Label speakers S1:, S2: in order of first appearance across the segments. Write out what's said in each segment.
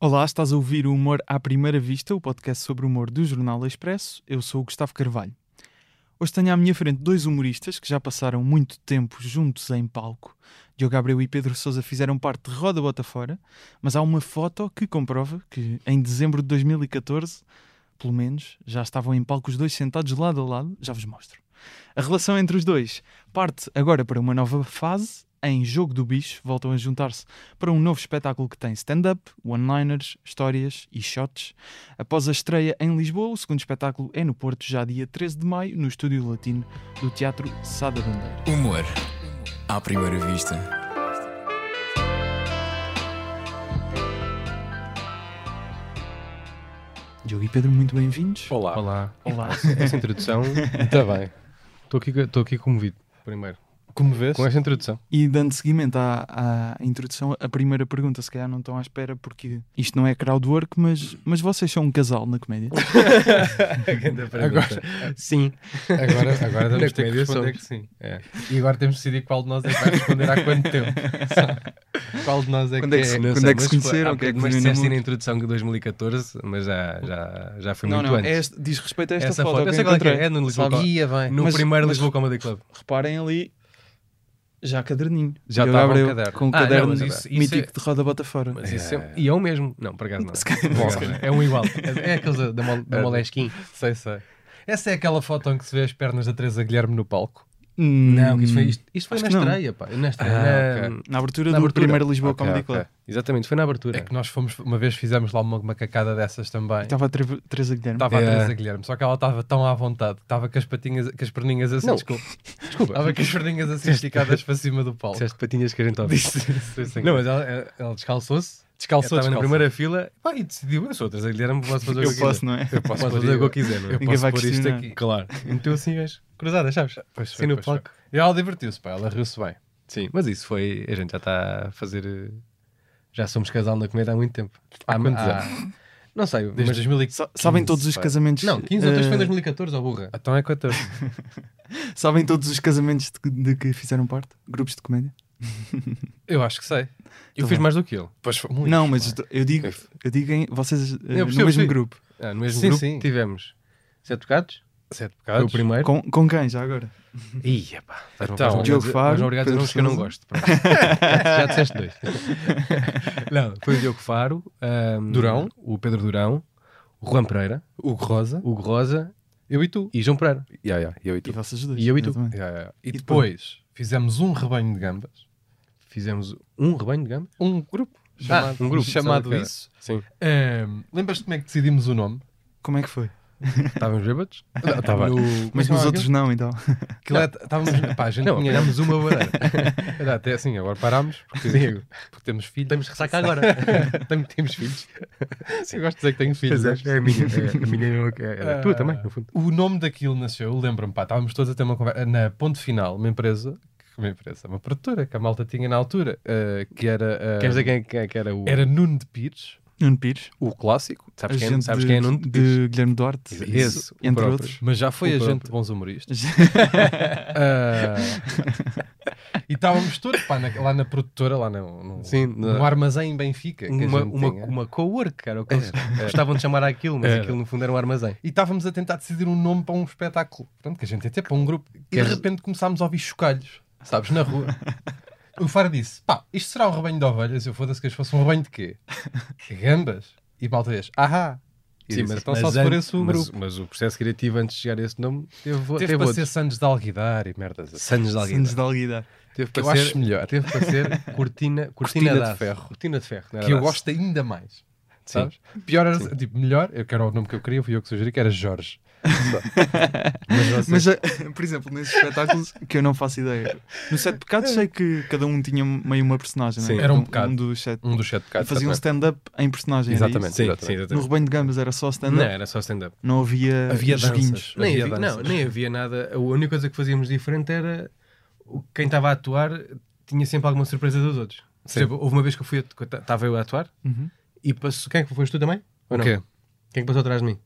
S1: Olá, estás a ouvir o Humor à Primeira Vista, o podcast sobre humor do Jornal Expresso. Eu sou o Gustavo Carvalho. Hoje tenho à minha frente dois humoristas que já passaram muito tempo juntos em palco. Diogo Gabriel e Pedro Sousa fizeram parte de Roda Bota Fora, mas há uma foto que comprova que em dezembro de 2014, pelo menos, já estavam em palco os dois sentados lado a lado. Já vos mostro. A relação entre os dois parte agora para uma nova fase. Em Jogo do Bicho, voltam a juntar-se para um novo espetáculo que tem stand-up, one-liners, histórias e shots. Após a estreia em Lisboa, o segundo espetáculo é no Porto, já dia 13 de maio, no Estúdio Latino do Teatro Sada Bandeira.
S2: Humor à primeira vista.
S1: Diogo e Pedro, muito bem-vindos.
S3: Olá.
S4: Olá,
S1: Olá.
S4: essa introdução.
S3: Está bem.
S4: Estou aqui, tô aqui comovido, primeiro.
S3: Como vês?
S4: Com esta introdução.
S1: E dando seguimento à, à introdução, a primeira pergunta, se calhar não estão à espera, porque isto não é crowdwork, mas, mas vocês são um casal na comédia.
S4: Agora,
S3: Sim.
S4: agora, agora
S3: Na
S4: vamos ter que
S3: comédia
S4: responder
S3: somos.
S4: que sim. É. E agora temos de decidir qual de nós é que vai responder há quanto tempo. sabe? Qual de nós é
S1: Quando
S4: que
S1: é que se-
S4: Não
S1: quando
S4: sei,
S1: é que se
S4: mas foi-
S1: conheceram?
S4: há
S1: O que é que definiu no
S4: bocadinho, mas disseste na
S1: mundo?
S4: introdução de 2014, mas já, já, já foi
S1: não,
S4: muito
S1: não,
S4: antes.
S1: é este- diz respeito a esta
S4: Essa
S1: foto.
S4: foto,
S1: que
S4: eu sei qual é que
S1: encontrei.
S4: é, é no Lisboa,
S1: Sabe?
S4: Sabia bem. No
S1: Mas-
S4: primeiro
S1: mas-
S4: Lisboa Comedy Club.
S1: Reparem ali, já caderninho.
S4: Já
S1: Diogo
S4: estava o
S1: Abreu
S4: caderno.
S1: Com o
S4: Ah, não,
S1: caderno
S4: mas isso- isso
S1: mítico
S4: é-
S1: de roda bota fora.
S4: Mas isso é- E é o mesmo. Não, por acaso não.
S1: Se calhar-
S4: Bom,
S1: se
S4: é um igual. É, é aqueles da, da, Mol- da Moleskine.
S3: Sei, sei. Essa é aquela foto em que se vê as pernas da Teresa Guilherme no palco?
S1: Hum,
S4: Não, que isto foi, isto, isto foi
S1: Acho
S4: na
S1: que não.
S4: estreia, pá. Na estreia.
S3: Ah,
S4: na-
S3: ok.
S1: Na abertura
S4: Na
S1: do
S4: abertura.
S1: primeiro Lisboa
S4: Ok,
S1: Comedy
S4: ok.
S1: Club.
S4: Exatamente, foi na abertura.
S3: É que nós fomos, uma vez fizemos lá uma macacada dessas também.
S4: Então,
S1: Estava a Tre- Teresa Guilherme.
S3: Estava
S4: É.
S3: a Teresa Guilherme, só que ela estava tão à vontade, estava com as patinhas, com as perninhas assim,
S4: Não.
S3: desculpa,
S4: Desculpa.
S3: estava com as perninhas assim esticadas para cima do palco.
S4: Disseste patinhas que a gente ouve.
S3: Não, mas ela, ela- ela descalçou-se,
S4: Calçou
S3: descalçou
S4: estava na primeira fila pá, e decidiu, eu sou outra Guilherme, posso fazer o
S1: Eu
S4: que
S1: posso,
S4: quiser.
S1: não é?
S4: Eu posso
S3: Posso
S4: fazer o
S3: fazer
S4: que eu quiser, não é?
S3: Eu
S1: Ninguém
S3: posso
S1: vai
S3: pôr isto
S1: questionar.
S3: aqui.
S4: Claro. E Meteu assim as cruzadas, sabes?
S3: Pois foi,
S4: assim no
S3: pois foi.
S4: palco.
S3: E ela divertiu-se, pá, ela riu-se bem.
S4: Sim, mas isso foi, a gente já está a fazer... eh, Já somos casal na comédia há muito tempo.
S3: Há quantos
S4: Não sei,
S3: Desde
S4: mas...
S3: 2015.
S1: Sa- Sabem todos os
S3: pá.
S1: casamentos.
S4: Não, 15 ou 3 foi em
S1: eh,
S4: 2014, ó burra.
S3: Então é 14.
S1: Sabem todos os casamentos de, de que fizeram parte? Grupos de comédia?
S3: Eu acho que sei.
S4: Eu
S3: Então
S1: tá
S4: fiz
S1: bem.
S4: mais do que ele.
S3: Pois foi muito.
S1: não, mas eu digo,
S4: Eu f-
S1: eu digo em, vocês eh,
S4: percebo,
S1: no mesmo
S4: sim.
S1: grupo.
S4: Ah, no mesmo
S3: Sim,
S4: grupo
S3: sim.
S4: tivemos sete tocados.
S3: Sete
S4: Foi
S3: pecados.
S4: o primeiro.
S1: Com, com quem já agora?
S4: Ih, epá.
S3: Então,
S1: Diogo Faro,
S4: obrigado a
S1: Pedro
S4: uns que eu não
S1: Sousa.
S4: gosto. Pronto. Já disseste dois. não, foi o Diogo Faro, ahm,
S3: Durão.
S4: o Pedro Durão, o Juan Pereira,
S3: Hugo Rosa,
S4: Hugo Rosa
S3: eu e tu.
S4: e João Pereira.
S3: Ya, ya, eu
S1: E vocês dois.
S4: E eu e tu. É.
S1: exatamente.
S3: Ya, ya. E,
S1: E
S3: depois fizemos um rebanho de gambas,
S4: Fizemos um rebanho de gama.
S3: um grupo
S4: Chamado-
S3: Ah, um grupo
S4: chamado
S3: chamado isso.
S4: Sim.
S3: Ahm, Lembras-te como é que decidimos o nome?
S1: Como é que foi?
S4: Estávamos bêbados.
S3: Tá bem.
S4: No- é
S1: Mas nos outros não, então.
S3: Aquilo é- Estávamos. Pá, a gente
S4: Não,
S3: tinha-
S4: apanhámos uma banana.
S3: Era até assim, agora parámos porque,
S4: Sim.
S3: porque temos filhos.
S4: Temos ressaca agora.
S3: Também temos filhos. Eu gosto de dizer que tenho filhos.
S4: Pois é,
S3: sabes?
S4: é a minha. É a minha é a- é a tua também, no fundo.
S3: O nome daquilo nasceu, eu lembro-me, pá, estávamos todos a ter uma conversa na Ponto Final, uma empresa, que- uma empresa, uma produtora que a malta tinha na altura, eh, que era. eh,
S4: Queres dizer quem é- quem é que era o.
S3: Era Nuno de Pires,
S1: Nuno Pires.
S3: o clássico,
S4: Sabes quem,
S1: agente
S4: sabes
S1: de,
S4: quem é Nuno de Pires?
S1: de Guilherme Duarte.
S4: Isso, Esse, o
S1: entre
S4: próprio.
S1: outros.
S3: mas já foi
S4: O
S3: agente
S4: próprio.
S3: de bons humoristas.
S1: Já-
S3: Ah, e estávamos todos pá, na- lá na produtora, lá no, no,
S4: Sim, na-
S3: no armazém em Benfica. que a
S4: uma,
S3: gente
S4: uma,
S3: tinha.
S4: uma co-work, é. era o que eles gostavam de chamar aquilo, mas
S3: Era.
S4: aquilo no fundo era um armazém.
S3: e estávamos a tentar decidir um nome para um espetáculo. Pronto, que a gente ia ter para um grupo. E de
S4: Queres-
S3: repente começámos a ouvir chocalhos, sabes, na rua. O Faro disse: pá, isto será um rebanho de ovelhas? Eu foda-se que isto fosse um rebanho de quê? Gambas? E malta diz: ahá. E disse, então só se for esse o
S4: mas,
S3: grupo.
S4: mas o processo criativo antes de chegar a esse nome teve,
S3: Teve
S4: teve
S3: para ser
S4: outros.
S3: Santos de Alguidar e merdas assim.
S4: Santos de Alguém.
S1: Santos de Alguida.
S4: Teve
S3: Que eu
S4: para ser,
S3: acho melhor.
S4: teve para ser cortina, cortina,
S3: Cortina de
S4: Aço.
S3: ferro.
S4: Cortina de ferro. não era
S3: Que eu
S4: de aço.
S3: gosto ainda mais.
S4: Um Sim.
S3: Sabes? Pior era, tipo, melhor, eu que era o nome que eu queria, fui eu que sugeri, que era Jorge. mas
S1: Mas, eh, por exemplo, nesses espetáculos que eu não faço ideia. No Sete Pecados sei que cada um tinha meio uma personagem, não é?
S4: Sim,
S3: era um
S1: Então,
S3: pecado.
S1: Um dos sete.
S3: um dos sete pecados.
S1: Fazia um
S3: exatamente.
S1: stand-up em personagem. era
S3: Exatamente.
S1: isso?
S4: Sim,
S3: Exatamente.
S4: sim,
S1: No
S4: exatamente.
S1: rebanho de gambas era só
S4: Não,
S1: stand-up.
S4: era só stand-up.
S1: Não havia,
S3: Havia danças.
S1: joguinhos.
S3: Havia
S4: Nem havia,
S3: danças.
S4: não, nem havia nada. A única coisa que fazíamos diferente era o- quem estava a atuar tinha sempre alguma surpresa dos outros. Por exemplo, houve uma vez que eu fui, a- que eu ta- estava eu a atuar
S1: Uhum.
S4: e passou. Quem é que foste tu também? Ou não?
S3: O quê?
S4: Quem é que passou atrás de mim?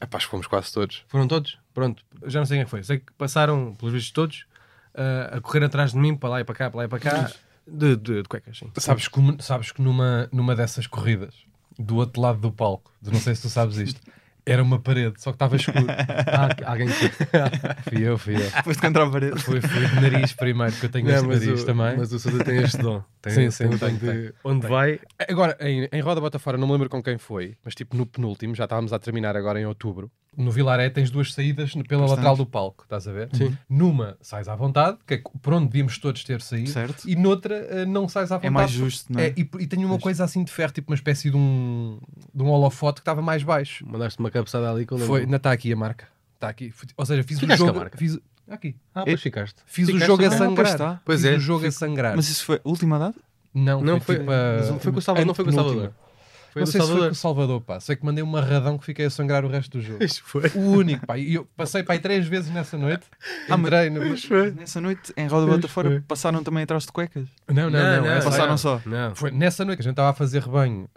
S3: Epá, acho que fomos quase todos.
S4: Foram todos? Pronto, já não sei quem foi. Sei que passaram, pelos vistos todos, ah, a correr atrás de mim, para lá e para cá, para lá e para cá.
S3: Uhum.
S4: De, de, de cuecas, sim.
S3: Sabes que, sabes que numa, numa dessas corridas, do outro lado do palco, de- não sei se tu sabes isto, era uma parede, só que estava escuro.
S4: Ah, alguém que...
S3: fui eu, fui eu.
S1: Foste contra a parede.
S3: Fui, fui de nariz primeiro, que eu tenho este nariz
S4: o,
S3: também.
S4: Mas o Sousa tem este dom. Tem,
S3: Sim, sim,
S4: tem,
S3: tem,
S4: de- Onde vai,
S3: Agora, em, em Roda Bota Fora, não me lembro com quem foi, mas tipo no penúltimo, já estávamos a terminar agora em outubro. No Vilaré tens duas saídas n- pela
S1: Bastante.
S3: lateral do palco, estás a ver? Sim. Numa sais à vontade, que é co- por onde devíamos todos ter saído,
S1: Certo.
S3: e noutra eh, não sais à vontade.
S1: É mais justo, não é?
S3: É, e, e tenho uma coisa assim de ferro, tipo uma espécie de um, de um holofote que estava mais baixo.
S4: mandaste uma cabeçada ali. quando
S3: Foi, ainda está aqui a marca. Está aqui. Fui- Ou seja, fiz
S4: Ficaste
S3: o
S4: com a
S3: jogo.
S4: marca?
S3: Fiz, aqui.
S4: Ah,
S1: pois
S4: ficaste.
S3: Fiz o
S4: Ficaste
S3: jogo a
S4: também?
S1: Ah, pois
S3: sangrar.
S1: está.
S4: Pois
S3: fiz
S4: é,
S3: o jogo a sangrar.
S1: Mas isso foi a última data?
S3: não,
S4: Não,
S3: foi,
S4: foi,
S3: tipo a-
S4: foi com o Salvador, não foi com o Salvador.
S3: antepenúltima.
S4: Foi
S3: não
S4: o
S3: sei se foi
S4: Salvador.
S3: com o Salvador, pá. Sei que mandei um marradão que fiquei a sangrar o resto do jogo.
S4: Isso foi.
S3: O único, pá. E eu passei, pá, aí três vezes nessa noite.
S1: Ah, mas-
S3: Entrei no...
S1: Nessa noite, em Roda Bota Fora, passaram também atrás de cuecas.
S3: Não, não, não. essa-
S1: Passaram só.
S4: Não.
S3: Foi nessa noite que a gente estava a fazer rebanho.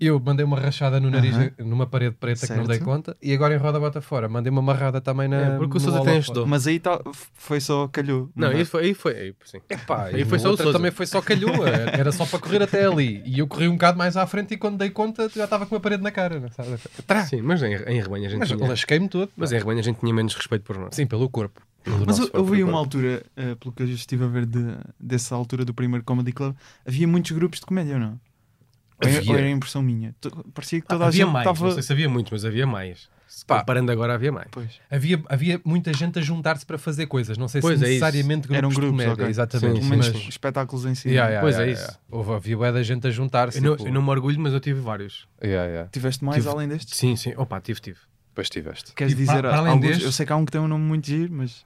S3: Eu mandei uma rachada no nariz
S1: Aham.
S3: numa parede preta que não
S1: Certo.
S3: dei conta. E agora em roda bota fora. Mandei uma marrada também na.
S4: É, porque o
S3: no
S4: Sousa tem
S3: holofote.
S4: este dom.
S1: Mas aí tá- foi só calhou.
S4: Não,
S1: é?
S4: aí foi, aí foi, aí, sim.
S3: Epá,
S4: Aí
S3: e
S4: foi
S3: o
S4: só o
S3: outra
S4: Sousa.
S3: também foi só calhoa. Era só para correr até ali. E eu corri um bocado mais à frente e quando dei conta já estava com uma parede na cara. né? Sabe? Trá!
S4: Sim, é. mas em, em rebanho a gente
S3: Mas
S4: tinha...
S3: lasquei-me todo.
S4: Mas em rebanho a gente tinha menos respeito por nós.
S3: Sim, pelo corpo.
S1: Mas
S4: Pelo nosso
S1: eu, eu
S4: próprio
S1: vi uma
S4: corpo.
S1: altura, eh, pelo que eu estive a ver de- dessa altura do primeiro Comedy Club, havia muitos grupos de comédia, ou não? Ou era-
S4: Havia.
S1: Ou era a impressão minha? To- Parecia que toda a
S4: havia
S1: gente
S4: mais,
S1: estava.
S4: não sei se havia muitos, mas havia mais. Se
S3: Pá.
S4: Comparando agora, havia mais.
S1: Pois.
S3: Havia, havia muita gente a juntar-se para fazer coisas. Não sei
S4: Pois
S3: se
S4: é isso.
S3: necessariamente grupos,
S1: Eram
S3: de
S1: grupos,
S3: comédia.
S1: ok.
S3: Exatamente.
S1: Pelo
S4: Sim,
S1: menos
S3: mas-
S1: espetáculos em si.
S3: Yeah, yeah,
S4: Pois é
S3: yeah,
S4: isso.
S3: yeah. Houve, havia bué da gente a juntar-se.
S4: Eu não,
S3: tipo-
S4: eu não me orgulho, mas eu tive vários.
S3: Yeah, yeah.
S1: Tiveste mais
S4: Tive-
S1: além destes?
S4: Sim, sim. Opa, tive, tive.
S3: Depois tiveste.
S1: Queres
S4: E para-
S1: dizer
S4: para além
S1: alguns?
S4: destes-
S1: Eu sei que há um que tem um nome muito giro, mas.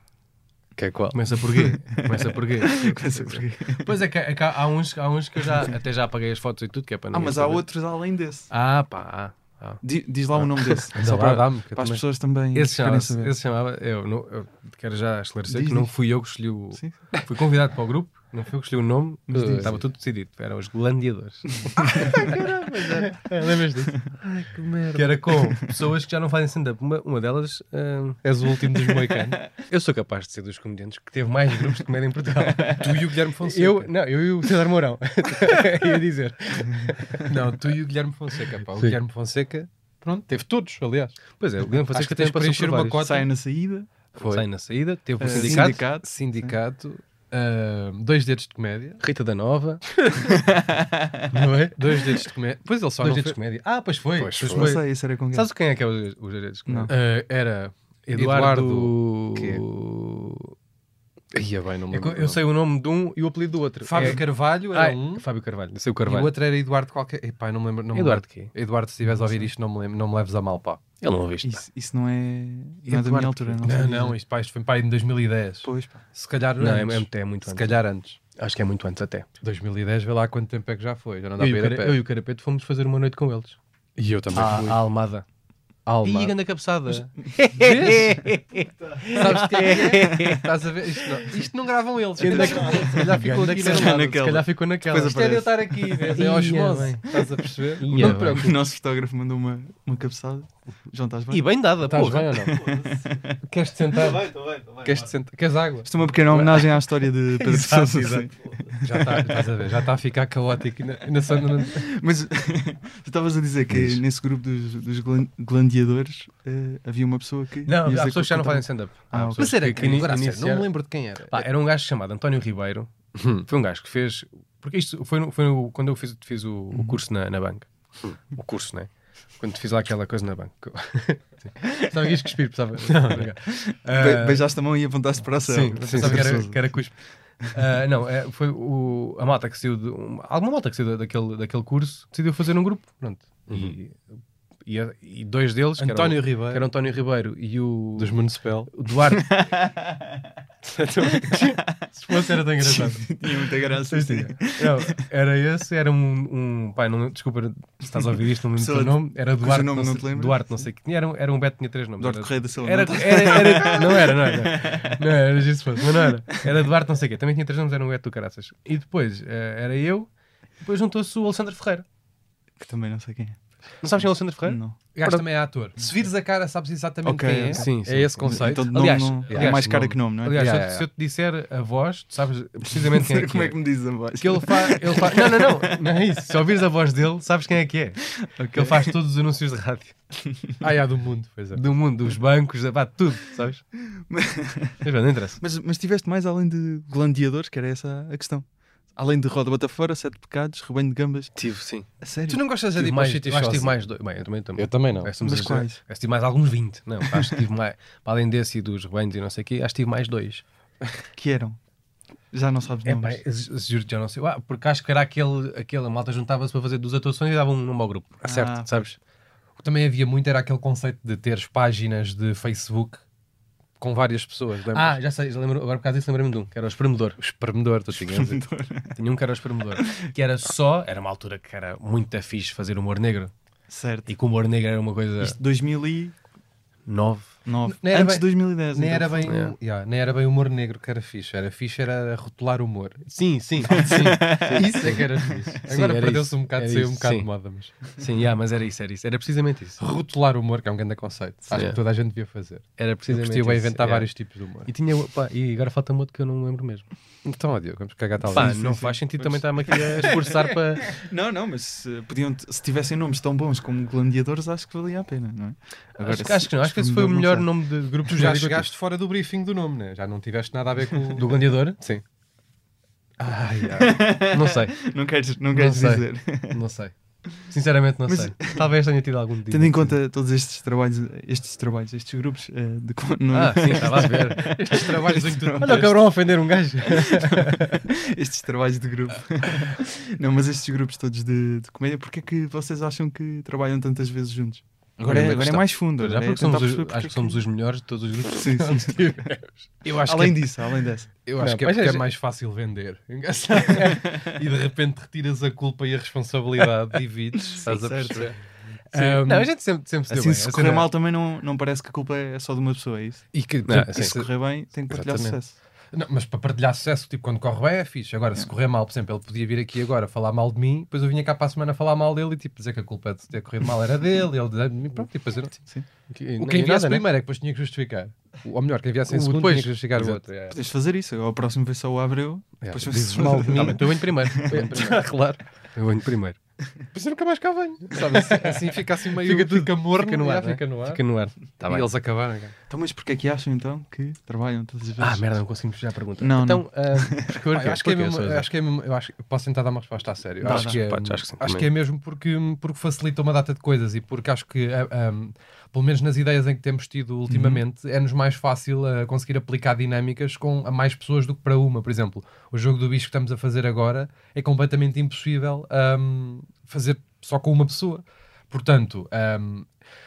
S3: Que é qual?
S4: Começa por quê? Começa por quê?
S1: Começa por quê?
S4: Pois é que, é que há, há uns, há uns que eu já até já apaguei as fotos e tudo, que é para
S1: Ah,
S4: ninguém
S1: mas há
S4: saber.
S1: outros além desse.
S4: Ah, pá. ah, ah.
S1: Di- Diz lá o nome desse.
S3: Só para dar-me. que eu
S1: Para as
S3: também-
S1: pessoas também
S4: Esse
S1: querem
S4: chamava,
S1: saber.
S4: esse chamava eu, não, eu quero já esclarecer
S1: Diz,
S4: que não
S1: diz.
S4: fui eu que escolhi o.
S1: Sim.
S4: Fui convidado para o grupo, não fui eu que escolhi o nome,
S1: Mas diz.
S4: estava tudo decidido. Eram os Glandeadores.
S3: Lembras disso?
S4: que era com pessoas que já não fazem stand-up. Uma, uma delas. ah,
S3: És o último dos moicanos.
S4: eu sou capaz de ser dos comediantes que teve mais grupos de comédia em Portugal.
S3: tu e o Guilherme Fonseca.
S4: eu, não, eu e o César Mourão. Ia dizer.
S3: Não, tu e o Guilherme Fonseca. pá. O
S4: Sim.
S3: Guilherme Fonseca, pronto, teve todos, aliás.
S4: Pois é, o Guilherme
S3: Acho
S4: Fonseca
S3: que tens
S4: teve que
S3: para encher
S4: preencher
S3: uma
S4: uma cota.
S3: cota.
S1: Sai na saída.
S3: Foi.
S4: Sai na saída, teve o É.
S1: Eh,
S4: sindicato,
S1: sindicato.
S3: Sindicato, ah, dois dedos de comédia,
S4: Rita da Nova,
S3: não é? Dois dedos de comédia. Pois ele só
S4: dois
S3: não
S4: dedos de
S3: foi-
S4: comédia. Ah, pois foi.
S3: Pois
S1: Não sei, isso era com quem?
S4: Sabes quem é que é os, os dois dedos de comédia?
S3: Ah, era
S4: Eduardo.
S3: Ia é bem, não me
S4: Eu,
S3: lembro.
S4: co- É eu sei o nome de um e o apelido do outro.
S3: Fábio
S4: é...
S3: Carvalho era
S4: Ah, é-
S3: um.
S4: Fábio Carvalho. Eu sei o
S3: E o
S4: Carvalho.
S3: outro era Eduardo qualquer. Epá, eu não me lembro. Não me
S4: Eduardo
S3: lembro.
S4: quê?
S3: Eduardo, se estiveres a ouvir isto, não me, lembro, não me leves a mal, pá.
S4: Ele não ouviste.
S1: Isso, isso não é, não é da minha
S4: Eduardo.
S1: altura, não,
S3: Não,
S1: sei.
S3: não, isto, pá, isto foi pá, em 2010.
S1: Pois, pá.
S3: Se calhar
S4: Não, é,
S3: antes.
S4: é- é muito
S3: Se
S4: antes.
S3: calhar antes.
S4: Acho que é muito antes até.
S3: 2010, vê lá quanto tempo é que já foi. Já não dá
S4: Eu e,
S3: para
S4: o
S3: ir a
S4: cara,
S3: pé.
S4: eu e o Carapeto fomos fazer uma noite com eles.
S3: E eu também
S4: À, à Ah, Almada. Ih,
S3: Alma.
S4: grande cabeçada.
S3: Sabes quem é? Estás a ver? Isto não, isto não gravam eles. Se calhar, se calhar ficou
S4: Ganda
S3: aqui
S4: cabeçada.
S3: na
S4: Se calhar ficou naquela.
S1: Depois
S3: Isto é de eu estar aqui, vês? é
S4: Ia
S3: osmose.
S4: bem.
S3: Estás a perceber?
S4: Ia
S3: Não te
S4: bem.
S1: O
S3: preocupes.
S1: nosso fotógrafo mandou uma, uma cabeçada. João, estás bem?
S4: E bem dada,
S3: Estás
S4: porra.
S3: bem ou não? Queres-te sentar? Queres-te sentar? Queres água?
S1: Isto é uma pequena homenagem à história de Pedro
S4: Exato,
S1: Sousa.
S4: exato.
S1: sim.
S3: Já está, estás a ver? Já está a ficar caótico. Ainda, ainda só não-
S1: Mas tu estavas a dizer que nesse grupo dos, dos glan- glandeadores eh, havia uma pessoa que. ias
S4: Não, há
S3: é
S1: dizer
S4: pessoas que já não
S1: contava-
S4: fazem stand-up.
S1: Ah,
S4: Há
S1: ok.
S4: pessoas que- que ini- iniciaram-
S3: lembro de quem era.
S4: Pá, era um gajo chamado António Ribeiro. Foi um gajo que fez. Porque isto foi, no- foi no- quando eu fiz, fiz o, o curso na, na banca. O curso, né? Quando fiz lá aquela coisa na banca. Estava aqui a cuspir, precisava.
S1: Be-
S4: Ah,
S1: Beijaste a mão e apontaste para a céu.
S4: Sim,
S1: Pedro
S4: pensava que era,
S1: Sousa.
S4: que era cuspe. Ah, não, é, foi o- a malta que saiu de. um- alguma malta que saiu da- daquele, daquele curso decidiu fazer um grupo. Pronto. E, e- e dois deles, que
S3: António
S4: era o,
S3: Ribeiro.
S4: que era o António Ribeiro e o.
S3: Dos Municipal.
S4: o Duarte.
S3: Se fosse era tão engraçado.
S1: Tinha muita graça. sim.
S4: Não, era esse, era um, um pai, não, desculpa se estás a ouvir isto, não me lembro
S1: Sei
S4: o
S1: lá,
S4: nome, era Duarte,
S1: nome
S4: não,
S1: não
S4: sei-
S1: te lembras?
S4: Duarte, não sei o que tinha, era, um- era um Beto, tinha três nomes.
S1: Eduardo
S4: Era-
S1: Correia da Silva.
S4: era,
S1: não? é?
S4: era- era- não era, não era. Não era, era isso fosse, mas não era. Era Duarte, não sei o quê. Também tinha três nomes, era um Beto do Caraças. E depois eh, era eu, depois juntou-se o Alexandre Ferreira.
S1: Que também não sei quem é.
S4: Não sabes quem é o Alexandre Ferreira?
S1: Não.
S3: O gajo
S4: Pronto.
S3: também é ator. Se vires a cara, sabes exatamente
S1: Ok,
S3: quem é.
S4: sim, sim.
S3: é esse conceito.
S1: Então, de nome
S4: Aliás,
S1: não- é
S4: aliás,
S1: mais cara
S4: nome.
S1: que nome, não é?
S4: Aliás,
S3: Yeah,
S4: se eu-
S3: yeah.
S4: se eu te disser a voz, tu sabes precisamente quem é que
S1: Como é
S4: é.
S1: que me dizes a voz?
S4: Que ele faz, ele faz. Não, não, não. Não é isso. Se ouvires a voz dele, sabes quem é que é. Que ele faz todos os anúncios de rádio.
S3: Ah, é, do mundo, pois é.
S4: Do mundo, dos bancos, da- pá, tudo, sabes? Mas bem, não interessa.
S1: Mas, mas tiveste mais além de glandeadores, que era essa a questão. Além de Roda Batafora, Sete Pecados, Rebanho de Gambas.
S2: Tive, sim.
S1: A sério?
S3: Tu não gostas de
S4: Tive
S3: ir para os
S4: mais,
S3: sítios
S4: eu acho que
S3: sozinho?
S4: tive mais dois. Bem, eu também, é também.
S3: Eu também não.
S4: Acho que
S1: Mas
S4: tive-
S1: quais?
S4: acho que tive mais alguns 20. Não, acho que tive mais. Para além desse e dos rebanhos e não sei o quê, acho que tive mais dois.
S1: Que eram? Já não sabes
S4: É,
S1: nomes.
S4: pá, ju- juro que já não sei. Ah, porque acho que era aquele, aquele a malta juntava-se para fazer duas atuações e dava um nome ao grupo.
S1: Ah.
S4: certo, sabes?
S3: O que também havia muito era aquele conceito de teres páginas de Facebook com várias pessoas. Lembras?
S4: Ah, já sei, já lembro, agora por causa disso lembrei-me de um, que era o espremedor.
S3: o espremedor, tu tinhas.
S4: Tinha um que era o espremedor, que era só, era uma altura que era muito fixe fazer humor negro,
S1: Certo.
S4: e que o humor negro era uma coisa
S1: Isto 2009.
S4: nova. é.
S3: Não era
S1: Antes de
S3: bem-
S1: 2010.
S3: Nem
S1: então.
S3: era, bem,
S4: um, Yeah.
S3: yeah, nem era bem humor negro que era fixe. Era fixe era rotular humor.
S4: Sim, sim, sim,
S3: Isso é que era fixe.
S4: Sim,
S3: Agora
S4: era
S3: perdeu-se
S4: isso.
S3: um bocado de
S4: Era
S3: ser um
S4: isso,
S3: bocado
S4: sim.
S3: de moda, mas...
S4: sim, yeah, mas era isso, era isso, era precisamente isso.
S3: Rotular humor, que é um grande conceito. Acho
S4: Yeah.
S3: que toda a gente devia fazer.
S4: Era
S3: Eu
S4: precisamente
S3: gostei bem
S4: isso,
S3: inventar
S4: yeah.
S3: vários tipos de humor.
S4: E, tinha, pá, e agora falta-me outro que eu não me lembro mesmo.
S3: Então, ó Diogo, vamos cagar tal
S4: Pá, não faz sentido também estar-me aqui a esforçar para...
S1: Não, não, mas eh, podiam, se tivessem nomes tão bons como glandeadores, acho que valia a pena, não é? Agora,
S4: Acho, que- acho que não, acho que esse
S1: se
S4: foi o
S1: não
S4: melhor
S1: sei.
S4: nome de grupo
S3: Tu já chegaste fora do briefing do nome, né? Já não tiveste nada a ver com o...
S4: Do Glandeador?
S3: Sim.
S4: Ai, ai, não sei,
S1: Não queres, não queres
S4: sei.
S1: dizer.
S4: não sei. Sinceramente não
S1: Mas-
S4: sei. Talvez tenha tido algum dia.
S1: Tendo em conta todos estes trabalhos, estes trabalhos, estes grupos eh, de co- no-
S4: Ah, sim, estava a ver.
S3: Estes trabalhos em que tu
S4: Olha o cabrão a ofender um gajo.
S1: estes trabalhos de grupo. não, mas estes grupos todos de, de comédia, porque é que vocês acham que trabalham tantas vezes juntos? Agora, é, agora
S4: Grande
S1: é
S4: questão.
S1: mais fundo.
S4: Já
S1: agora é
S4: porque somos
S1: tentar
S4: os,
S1: perceber porque
S4: acho
S1: é
S4: que somos os melhores de todos os grupos.
S1: Sim, sim.
S4: Eu acho
S1: Além
S4: que
S1: disso, além dessa.
S3: Eu acho
S4: Não,
S3: que é
S4: mas
S3: porque é
S4: é-
S3: mais fácil vender. e de repente retiras a culpa e a responsabilidade, divides, estás a
S1: certo.
S3: perceber?
S4: Sim.
S3: Um,
S4: é, não, a gente sempre, sempre se deu
S1: Assim,
S4: bem.
S1: se
S4: A
S1: correr
S4: cena-
S1: mal também não, não parece que a culpa é só de uma pessoa, é isso?
S3: E que,
S4: Não,
S1: E se
S4: sim.
S1: correr bem, tem que partilhar
S4: Exatamente.
S1: sucesso.
S3: Não, mas para partilhar sucesso, tipo, quando corre bem é fixe. Agora, se correr mal, por exemplo, ele podia vir aqui agora falar mal de mim, depois eu vinha cá para a semana falar mal dele e tipo, dizer que a culpa de ter corrido mal era dele, ele dizer de mim, pronto, tipo, fazer. O que
S4: e
S3: enviasse
S4: nada, né?
S3: primeiro é que depois tinha que justificar. Ou melhor, que enviasse em
S4: O
S3: segundo
S4: depois.
S3: tinha que justificar o
S4: Exato.
S3: outro. É.
S1: Podes fazer isso, ou a próxima vez só o Abreu,
S4: É,
S1: depois
S3: Yeah,
S1: vocês-
S3: dizes mal de mim.
S4: Tá bem, então eu venho primeiro. Eu venho primeiro. claro. Eu venho primeiro.
S3: Depois eu nunca mais cá venho. sabe? Assim, assim fica assim meio.
S4: Fica tudo-
S3: morno,
S4: Fica no
S3: já
S4: ar. né?
S3: fica no ar.
S4: Fica no ar. Tá
S3: e
S4: bem.
S3: eles acabaram. cara.
S1: Então, mas porque é que acham então que trabalham todas as vezes?
S4: Ah, merda, não conseguimos já a pergunta.
S1: Não,
S4: então,
S1: não.
S4: ah, porque eu
S3: Pá, eu acho que é mesmo. eu Acho que é mesmo- eu acho que- posso tentar dar uma resposta a sério.
S1: Dá,
S3: acho,
S1: dá.
S3: Que é,
S4: Pá, acho que sim,
S3: acho que
S4: também.
S3: é mesmo porque, porque facilita uma data de coisas e porque acho que, ah, ah, pelo menos nas ideias em que temos tido ultimamente,
S4: Uhum.
S3: é-nos mais fácil ah, conseguir aplicar dinâmicas com a mais pessoas do que para uma. Por exemplo, o jogo do bicho que estamos a fazer agora é completamente impossível ah, fazer só com uma pessoa. Portanto, ah,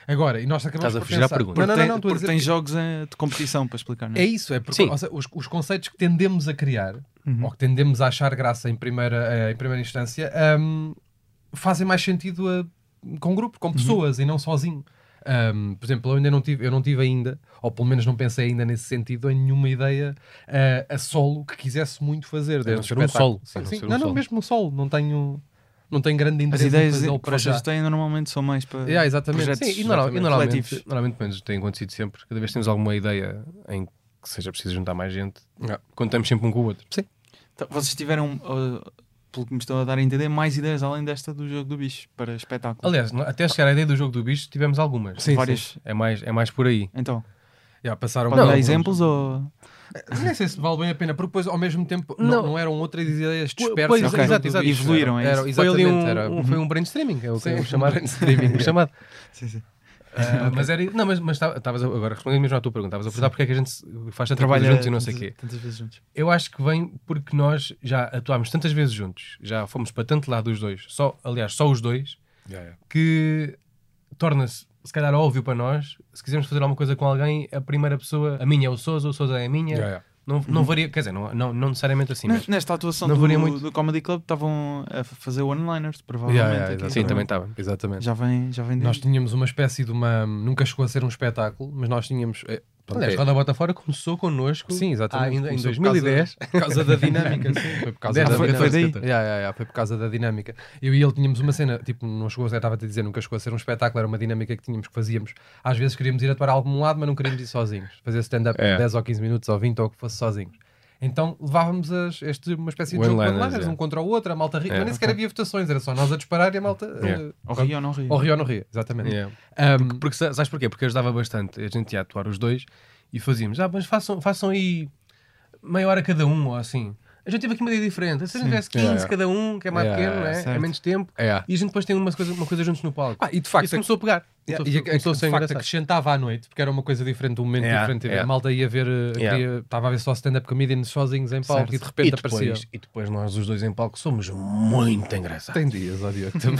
S3: agora, e nós acabamos
S4: Estás a
S3: por
S4: fugir à
S3: pensar-
S4: pergunta.
S3: Não,
S1: Porque tem,
S3: não, não, não, estou a
S1: porque
S3: dizer
S1: tem jogos eh, de competição para explicar, não
S3: é
S1: é?
S3: isso, é porque
S4: Sim. Uhum.
S3: ou seja, os, os conceitos que tendemos a criar, ou que tendemos a achar graça em primeira, eh, em primeira instância, hum, fazem mais sentido a- com grupo,
S4: Uhum.
S3: com pessoas e não sozinho. Hum, por exemplo, eu ainda não tive, eu não tive ainda, ou pelo menos não pensei ainda nesse sentido, em nenhuma ideia eh, a solo que quisesse muito fazer. desde
S4: não ser um
S3: espetáculo.
S4: solo.
S3: Sim,
S4: A não
S3: sim.
S4: ser um
S3: Não, não,
S4: solo.
S3: mesmo um solo, não tenho, não tenho grande
S1: As
S3: interesse em
S1: ideias
S3: fazê-lo
S1: que
S3: para
S1: vocês
S3: já.
S1: têm normalmente são mais para.
S3: Yeah, exatamente.
S1: projetos
S4: Sim, e,
S3: é
S4: normal- e
S1: exatamente.
S4: normalmente,
S1: coletivos.
S4: normalmente, pelo menos tem acontecido sempre, cada vez que temos alguma ideia em que seja preciso juntar mais gente,
S3: Yeah.
S4: contamos sempre um com o outro. Sim.
S1: Então, vocês tiveram, ah, pelo que me estão a dar a entender, mais ideias além desta do jogo do bicho para espetáculo.
S4: Aliás, no- até chegar à ideia do jogo do bicho, tivemos algumas.
S1: Sim, Várias. sim.
S4: É mais, é mais por aí.
S1: Então,
S3: Yeah, passaram
S1: podem dar
S3: alguns-
S1: exemplos ou.
S3: Nem sei se vale bem a pena, porque depois ao mesmo tempo não,
S4: Não.
S3: não eram outras ideias
S4: Pois,
S3: dispersas.
S4: pois,
S3: Era-
S1: exato, exato. Evoluíram, é
S3: era,
S1: isso.
S4: Foi ali
S3: Exatamente,
S4: um,
S3: era.
S4: um- foi um brainstorming, é o que
S3: Sim,
S4: eu
S3: um
S4: chamar.
S3: brainstorming,
S4: o chamado.
S1: Sim, sim.
S4: Ah, mas era, não, mas mas tá- estavas a- agora respondendo mesmo à tua pergunta, estavas a perguntar porque é que a gente se- faz tanta coisa
S1: Trabalha
S4: juntos e não sei o
S1: tantas-
S4: quê.
S1: Tantas vezes juntos.
S4: Eu acho que vem porque nós já atuámos tantas vezes juntos, já fomos para tanto lado os dois, só, aliás, só os dois, que torna-se, se calhar, óbvio para nós, se quisermos fazer alguma coisa com alguém, a primeira pessoa, a minha é o Sousa, o Sousa é a minha.
S3: Yeah, yeah.
S4: Não, não varia, quer dizer, não, não, não necessariamente assim,
S1: Ne-
S4: mas.
S1: Nesta atuação
S4: Não
S1: do,
S4: varia muito.
S1: do Comedy Club estavam a f- fazer one-liners, provavelmente. aqui
S4: Sim, também estava.
S3: Exatamente.
S1: Já vem, já vem
S3: Nós
S1: desde-
S3: tínhamos uma espécie de uma. Nunca chegou a ser um espetáculo, mas nós tínhamos. eh,
S5: Pronto,
S3: Aliás,
S5: é-
S3: Roda Bota Fora começou connosco.
S4: Sim, exatamente.
S3: ainda em
S4: Começou por
S3: 2010.
S4: Por causa da dinâmica, sim.
S3: Foi por causa
S4: Ah,
S3: da
S4: foi-
S3: dinâmica.
S4: foi daí?
S3: Ya, ya, ya, foi por causa da dinâmica. Eu e ele tínhamos uma cena, tipo, não chegou, eu estava a te dizer, nunca chegou a ser um espetáculo, era uma dinâmica que tínhamos, que fazíamos. Às vezes queríamos ir atuar a algum lado, mas não queríamos ir sozinhos. Fazer stand-up
S5: É.
S3: 10 ou 15 minutos ou 20 ou o que fosse sozinhos. Então levávamos as, este, uma espécie de jogo de
S4: One-liners,
S3: one-liners,
S4: é.
S3: um contra o outro, a malta ria.
S4: É.
S3: Mas nem sequer havia votações, era só nós a disparar e a malta.
S4: É.
S3: eh,
S1: Ou ri ou não ri.
S3: Ou ria ou não ria, exatamente.
S4: Yeah.
S3: Ahm,
S4: Uhum. Porque, sa- sabes porquê? Porque ajudava bastante. A gente ia atuar os dois e fazíamos, ah, mas façam, façam aí meia hora cada um, ou assim. A gente teve aqui uma ideia diferente. Se a gente tivesse 15
S3: Yeah, yeah.
S4: cada um, que é mais
S3: Yeah, yeah,
S4: pequeno, não é?
S1: certo.
S4: é menos tempo.
S3: É.
S4: E a gente depois tem uma coisa, uma coisa juntos no palco.
S3: Ah, e de facto,
S4: Isso começou a pegar.
S3: Yeah,
S4: Começou-
S3: e a,
S4: começou a ser
S3: de facto é
S4: engraçado.
S3: acrescentava à noite, porque era uma coisa diferente, um momento
S4: Yeah,
S3: diferente.
S4: yeah.
S3: A malta ia ver, eh,
S4: Yeah.
S3: queria- estava a ver só stand-up comedians sozinhos em palco e de repente
S4: E depois,
S3: aparecia.
S4: e depois nós os dois em palco somos muito engraçados.
S3: Tem dias, ó Diogo, também.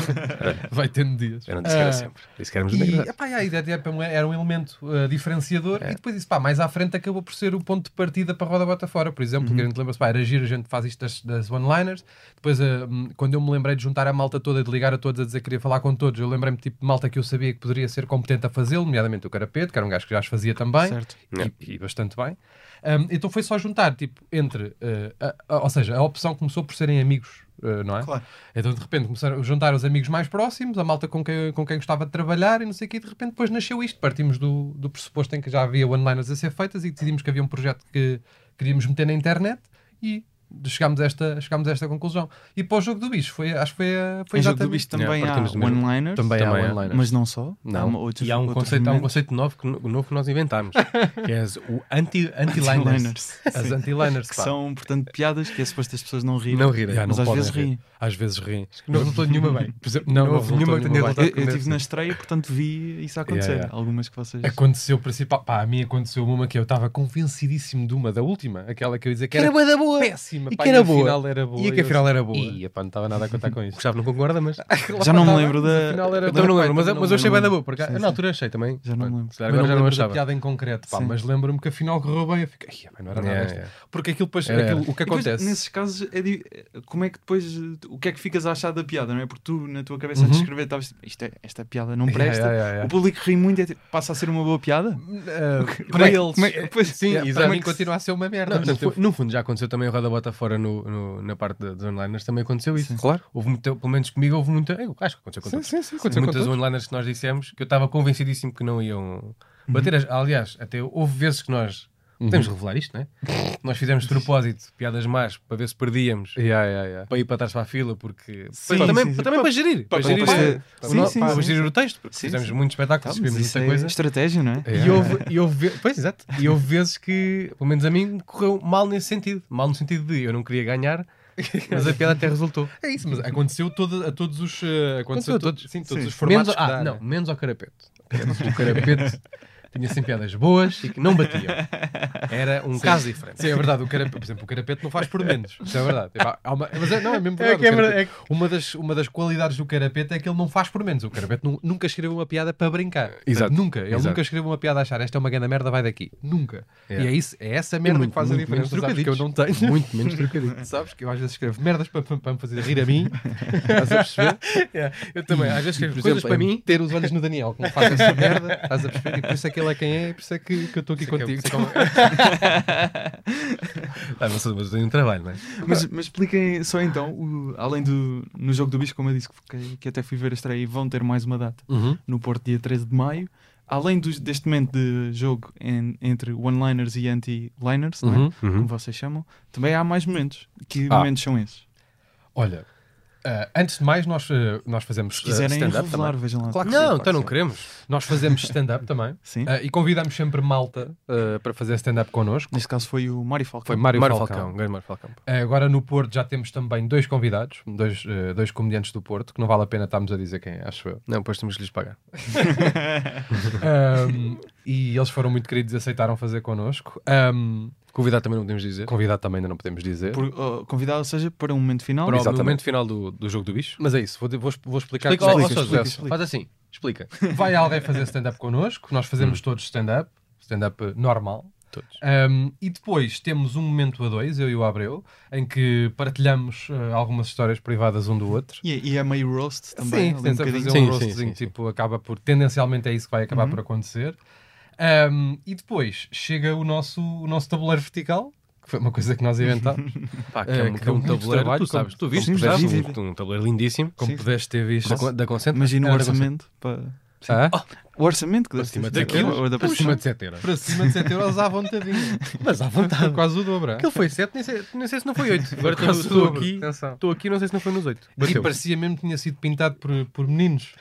S3: Vai tendo dias.
S4: É. Eu não disse que
S3: Ah,
S4: era sempre. Disse que éramos muito
S3: E,
S4: engraçados.
S3: epá, yeah, a ideia era- era um elemento eh, diferenciador
S4: É.
S3: e depois isso, pá, mais à frente acabou por ser o ponto de partida para a Roda Bota Fora, por exemplo,
S4: Uhum.
S3: que a gente lembra-se, pá, era giro, a gente faz isto das, das one-liners, depois eh, hum, quando eu me lembrei de juntar a malta toda, de ligar a todos a dizer que queria falar com todos, eu lembrei-me tipo de malta que eu sabia que poderia ser competente a fazê-lo, nomeadamente o Carapeto, que era um gajo que já as fazia também,
S1: Certo.
S3: e, e bastante bem. Um, então foi só juntar, tipo, entre. eh, a- a- ou seja, a opção começou por serem amigos, eh, não é?
S1: Claro.
S3: Então de repente começaram a juntar os amigos mais próximos, a malta com quem, com quem gostava de trabalhar e não sei o quê, e de repente depois nasceu isto. Partimos do, do pressuposto em que já havia one-liners a ser feitas e decidimos que havia um projeto que queríamos meter na internet e. Chegámos a, esta, chegámos a esta conclusão. E para o jogo do bicho, foi, acho que foi, a- foi
S1: Em jogo do
S3: exatamente-
S1: bicho também
S4: Yeah,
S1: há
S4: partimos do mesmo.
S1: one-liners,
S3: Também,
S4: também
S3: há
S4: há.
S3: one-liners.
S1: mas não só. Há uma-
S4: Não.
S1: outros-
S4: e há um,
S1: outros
S4: conceito, há um
S1: momentos.
S4: conceito novo que, novo que nós inventámos, que é as- o anti- anti-liners.
S1: One-liners.
S3: As
S1: Sim.
S3: anti-liners,
S1: Que
S3: pá.
S1: são, portanto, piadas que é suposto as pessoas não rirem.
S4: não rirem.
S3: Yeah,
S1: mas
S3: não
S1: às
S3: podem
S1: vezes
S3: rir.
S1: riem.
S3: Às vezes riem.
S4: Não resultou nenhuma bem.
S3: Por exemplo, não, não, houve nenhuma que tenha
S4: bem.
S3: resultado
S1: Eu estive na estreia, portanto vi isso acontecer.
S3: Yeah, yeah.
S1: Algumas que vocês.
S3: Aconteceu principal. Pá, a mim aconteceu uma que eu estava convencidíssimo de uma, da última, aquela que eu ia dizer que era,
S4: bué da boa.
S3: péssima,
S4: E
S3: pá,
S4: que era
S3: e
S4: boa.
S3: afinal era boa.
S4: E assim, que afinal era boa.
S3: Ia, pá, não estava nada a contar com isso.
S4: Gustavo não concorda, mas.
S1: Já não me lembro da-
S3: Afinal era
S4: Eu
S3: boa.
S4: também não
S3: Pá,
S4: lembro, mas,
S3: também
S4: mas
S3: não
S4: eu achei bem da
S3: lembro.
S4: boa, porque
S1: Sim,
S4: na
S1: sim.
S4: agora achei também.
S1: Já não me lembro.
S4: Se
S3: Agora
S4: calhar Agora
S3: não
S4: já não
S3: lembro da
S4: achava.
S3: piada em concreto, pá,
S1: Sim.
S3: mas lembro-me que afinal correu bem. Eu fiquei, "Ia, pá, não era nada
S4: Yeah,
S3: esta."
S4: yeah.
S3: Porque aquilo depois,
S4: Era,
S3: aquilo-
S4: era.
S3: o que
S1: E depois,
S3: acontece.
S1: nesses casos, é di- como é que depois. eh, O que é que ficas a achar da piada, não é? Porque tu, na tua cabeça, antes de
S3: Uhum.
S1: escrever, estavas tipo, "Isto é- esta piada não
S3: Yeah,
S1: presta.
S3: yeah, yeah, yeah.
S1: O público ri muito e é tipo, passa a ser uma boa piada.
S3: Ah,
S1: Como
S3: Para
S1: é que-
S3: eles.
S1: como é que- pois,
S3: Sim,
S1: yeah,
S3: para
S1: como é
S3: mim
S1: que se-
S3: continua a ser uma merda.
S4: Não,
S3: mas
S4: no,
S3: teve-
S4: fu- no fundo já aconteceu também o Roda Bota Fora no, no- na parte de- dos onliners, também aconteceu isso. Claro. Houve muito, pelo menos comigo houve muita. Eu acho que aconteceu com todos.
S3: Sim, sim,
S4: Houve
S3: aconteceu com
S4: muitas
S3: todos.
S4: onliners que nós dissemos que eu estava convencidíssimo que não
S1: Uhum.
S4: iam bater. As, aliás, até houve vezes que nós. Podemos revelar isto, né? nós fizemos de propósito piadas más para ver se perdíamos.
S3: Yeah, yeah, yeah.
S4: Para ir para trás para a fila, porque.
S1: Sim,
S4: Para- também
S1: sim, sim.
S4: também para gerir. Para,
S3: para
S4: gerir,
S3: compreender.
S4: para-
S1: Sim,
S4: para-
S1: sim,
S4: para
S1: sim,
S4: gerir
S1: sim.
S4: o texto, porque
S1: Sim,
S4: fizemos
S1: sim.
S4: muitos espetáculos,
S1: Tá, mas
S4: escrevemos
S1: isso
S4: muita
S1: é
S4: coisa.
S1: estratégia, não é?
S4: E houve, e houve ve- pois, exato. E houve vezes que, pelo menos a mim, correu mal nesse sentido. Mal no sentido de eu não queria ganhar, mas a piada até resultou.
S3: É isso, mas aconteceu todo- a todos os. eh, aconteceu
S4: Aconteceu a
S3: a todos,
S4: todos.
S3: sim, todos
S1: Sim.
S3: os formatos.
S4: menos,
S3: que
S4: ah,
S3: dá,
S4: não,
S3: né?
S4: menos ao carapeto. O carapeto tinha sempre piadas boas e que não batiam. Era um caso diferente.
S3: Sim, é verdade. O carapeto, por exemplo, o carapeto não faz por menos. Isso é verdade. Epá, há uma- mas é, não, é mesmo verdade.
S4: É que é
S3: o
S4: verdade,
S3: Carapeto- Uma, das, uma das qualidades do carapeto é que ele não faz por menos. O carapeto nu- nunca escreveu uma piada para brincar.
S4: Exato.
S3: Nunca. Ele
S4: Exato.
S3: nunca escreveu uma piada a achar esta é uma grande merda, vai daqui. Nunca.
S4: Yeah.
S3: E é, isso, é essa merda
S4: muito-
S3: que faz a
S4: muito
S3: diferença.
S4: menos
S3: Sabes que eu não tenho.
S4: Muito menos trocadilho.
S3: Sabes que eu às vezes escrevo merdas para, para, para me fazer rir a mim. Estás a perceber?
S4: Eu também, às vezes escrevo
S3: Por
S4: coisas
S3: exemplo,
S4: para mim.
S3: Ter os olhos no Daniel, que não faz essa merda. Estás a perceber? E por isso é que ele é quem é e por isso é que, que é um eu estou aqui contigo.
S4: Ah, mas mas eu tenho um trabalho, não é?
S1: Mas, mas expliquem só então, o- além do. No jogo do bicho, como eu disse, que, que até fui ver a estreia e vão ter mais uma data
S3: Uhum.
S1: no Porto, dia 13 de maio. Além dos- deste momento de jogo en- entre one-liners e anti-liners, não é?
S3: Uhum,
S1: como vocês chamam, também há mais momentos. Que
S3: Ah.
S1: momentos são esses?
S3: Olha, ah, antes de mais, nós, ah, nós fazemos.
S1: Se quiserem
S3: ah, stand-up
S1: revelar,
S3: também.
S1: vejam lá.
S3: Claro que sim,
S4: Não, então não
S3: claro que
S4: queremos.
S3: sim. Nós fazemos stand-up também.
S1: Sim.
S3: ah, e convidamos sempre malta ah, para fazer stand-up connosco.
S1: Neste caso foi o Mário Falcão.
S3: Foi Mário,
S4: Mário
S3: Falcão.
S4: Falcão, grande Mário Falcão.
S3: Ah, agora no Porto já temos também dois convidados, dois, ah, dois comediantes do Porto, que não vale a pena estarmos a dizer quem é, acho eu.
S4: Não, depois temos de lhes pagar.
S3: Ahm, e eles foram muito queridos e aceitaram fazer connosco. Ahm,
S4: Convidar também não podemos dizer.
S3: convidado também ainda não podemos dizer.
S1: Por- oh, convidado, ou seja, para um momento final.
S4: Para o
S3: Exatamente.
S4: momento final do, do jogo do bicho.
S3: Mas é isso, vou, vou- vou explicar. como
S4: Explica,
S3: é
S4: ó,
S3: que
S4: ó,
S3: isto
S1: explica,
S4: Sousa,
S3: acontece.
S1: explica.
S4: faz assim, explica.
S3: Vai alguém fazer stand-up connosco, nós fazemos todos stand-up, stand-up normal.
S4: Hum. Todos.
S3: Um, e depois temos um momento a dois, eu e o Abreu, em que partilhamos eh, algumas histórias privadas um do outro.
S1: E, e é meio roast também. ali um
S3: tenta fazer
S1: bocadinho.
S3: um
S4: Sim, Uhum. sim,
S3: roastzinho,
S4: sim, sim.
S3: tipo, acaba por, tendencialmente é isso que vai acabar por acontecer. Um, e depois chega o nosso, o nosso tabuleiro vertical, que foi uma coisa que nós inventámos.
S4: Pá, que
S3: Eh,
S4: é, um-
S3: que
S4: que é um
S3: deu muito
S4: tabuleiro,
S3: trabalho,
S4: tu sabes, tu viste,
S1: como-
S4: já,
S1: sim,
S4: um-
S1: sim,
S4: um, tabuleiro lindíssimo,
S3: Como
S1: Sim.
S3: pudeste ter visto.
S4: da, da Concentra.
S1: Imagina o
S3: Era da
S1: orçamento. Para...
S3: Ah?
S1: O orçamento que deve
S2: cima
S1: ser
S2: daquilo,
S1: ou da
S4: Por
S1: pessoa.
S4: cima de 7 euros.
S3: Para cima de 7 euros à vontadinha.
S4: Mas à
S3: Foi
S4: vontade.
S3: quase o dobro. é?
S4: Aquele foi 7, nem sei, nem sei se não foi 8. Agora
S3: Quase o
S4: estou
S3: dobro,
S4: aqui,
S3: atenção.
S4: estou aqui, não sei se não foi nos 8.
S3: E parecia mesmo que tinha sido pintado por, por meninos.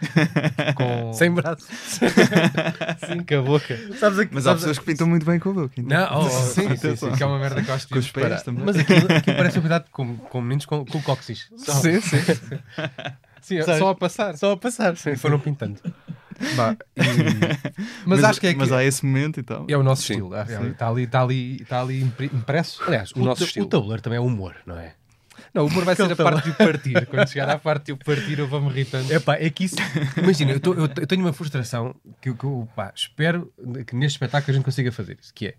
S3: Com...
S4: Sem braço.
S3: sim, com a boca.
S4: Sabes aqui,
S1: Mas há pessoas que pintam muito bem com a boca. então.
S4: Não, oh, oh,
S3: sim, sim, sim,
S1: atenção.
S3: que é uma merda que eu acho que
S1: Com os
S3: devíamos
S1: pés
S3: parar.
S1: também.
S4: Mas aquilo, aquilo parece um cuidado com, com meninos com, com cóccix. Só,
S3: Sim, sim. Sim,
S4: Sabes?
S3: só a passar.
S4: só a passar. Sim, foram pintando.
S3: Bah, e- Mas, acho que é,
S1: mas
S3: que-
S1: há esse momento e tal.
S3: é o nosso
S4: Sim,
S3: estilo. Está ali, tá ali, tá ali impre- impresso.
S4: Aliás, o, nosso estilo. O tabuleiro também é humor, não é?
S3: Não, o humor vai ser a
S4: Aquele
S3: parte de o partir. Quando chegar à parte de o partir, eu vou-me irritando.
S4: Epá, é que isso. Imagina, eu, tô- eu te- eu tenho uma frustração que, eu- que eu pá, espero que neste espetáculo a gente consiga fazer isso. Que é.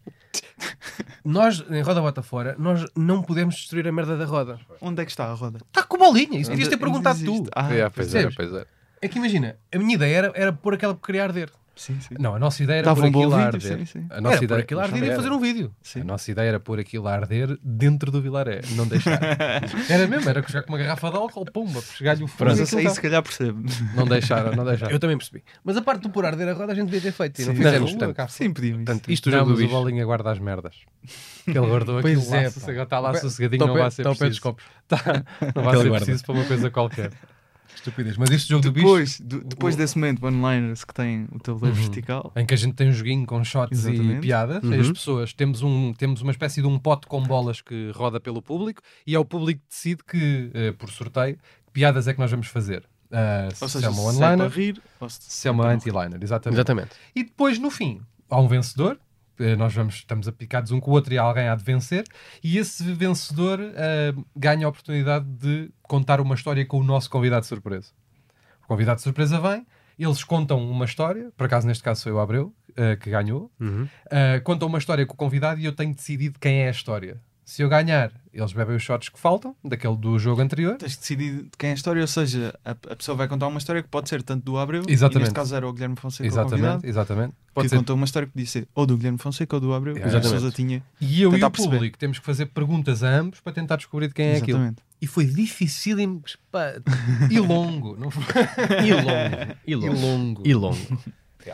S4: Nós, em Roda Bota Fora, nós não podemos destruir a merda da roda.
S1: Onde é que está a roda?
S4: Está com bolinha, isso devias
S1: Ainda-
S4: ter
S1: ainda
S4: perguntado tu.
S1: existe. Ah,
S2: É, pois é,
S4: percebes?
S2: pois é.
S4: É que imagina, a minha ideia era, era pôr aquela porcaria a arder.
S1: sim, sim.
S4: Não, a nossa ideia era
S1: Estava
S4: pôr
S1: um bom
S4: aquilo a
S1: vídeo,
S4: arder.
S1: sim, sim.
S3: A
S4: Era pôr aquilo a arder e fazer um vídeo.
S1: Sim.
S3: A nossa ideia era pôr aquilo a arder dentro do vilaré, não deixar. era mesmo, era chegar com uma garrafa de álcool, pumba, chegar-lhe o
S1: Mas
S3: fundo. tá.
S1: isso aí se calhar percebe.
S3: Não deixaram, não deixaram.
S4: Eu também percebi. Mas a parte do pôr a arder a roda a gente devia ter feito. E não
S1: Sim.
S4: fizemos
S3: Não,
S4: tanto.
S3: cá
S1: Sim, pediam isso.
S4: Portanto, isto o
S3: Não,
S4: jogo do
S3: mas o
S4: bicho.
S3: bolinho aguarda as merdas. Ele guardou
S4: Pois
S3: aquilo
S4: é,
S3: lá,
S4: pá.
S3: sossega- está lá
S4: Tá
S3: sossegadinho,
S4: ao
S3: não
S4: pé-
S3: vai ser
S4: tá ao pé
S3: preciso.
S4: dos copos.
S3: Tá, não vai
S4: Aquele
S3: ser
S4: guarda.
S3: preciso para uma coisa qualquer.
S4: Estupidez. Mas este jogo do bicho.
S1: Depois, do-
S3: Uhum.
S1: depois desse momento, o One-Liners que tem o tabuleiro vertical,
S3: Em que a gente tem um joguinho com shots e
S1: Exatamente.
S3: piadas. E
S4: Uhum.
S3: as pessoas temos, um, temos uma espécie de um pote com bolas que roda pelo público e é o público que decide que, eh, por sorteio, que piadas é que nós vamos fazer. Ah,
S1: ou
S3: se,
S1: seja,
S3: é uma
S1: se sai para
S3: one-liner,
S1: rir, ou se,
S3: se é
S4: então
S3: uma anti-liner, exatamente.
S4: Exatamente.
S3: E depois, no fim, há um vencedor. Eh, Nós vamos, estamos apicados um com o outro e alguém há de vencer. E esse vencedor eh, ganha a oportunidade de contar uma história com o nosso convidado de surpresa. O convidado de surpresa vem, eles contam uma história. Por acaso, neste caso, foi o Abreu eh, que ganhou.
S1: Uhum.
S3: Eh, contam uma história com o convidado e eu tenho decidido quem é a história. Se eu ganhar, eles bebem os shots que faltam, daquele do jogo anterior.
S1: tens de decidir de quem é a história, ou seja, a, a pessoa vai contar uma história que pode ser tanto do Abreu, e
S3: Exatamente.
S1: neste caso era o Guilherme Fonseca o
S3: Exatamente,
S1: convidado,
S3: exatamente.
S1: que contou uma história que podia ser ou do Guilherme Fonseca ou do Abreu,
S3: Yeah.
S1: e a
S4: Exatamente.
S1: pessoa tinha...
S3: E eu e
S1: Tentar
S3: o
S1: perceber.
S3: público temos que fazer perguntas a ambos para tentar descobrir de quem é aquilo.
S1: Exatamente.
S4: E foi difícil e,
S3: E longo, não foi?
S4: longo. E longo.
S3: longo.
S4: E longo.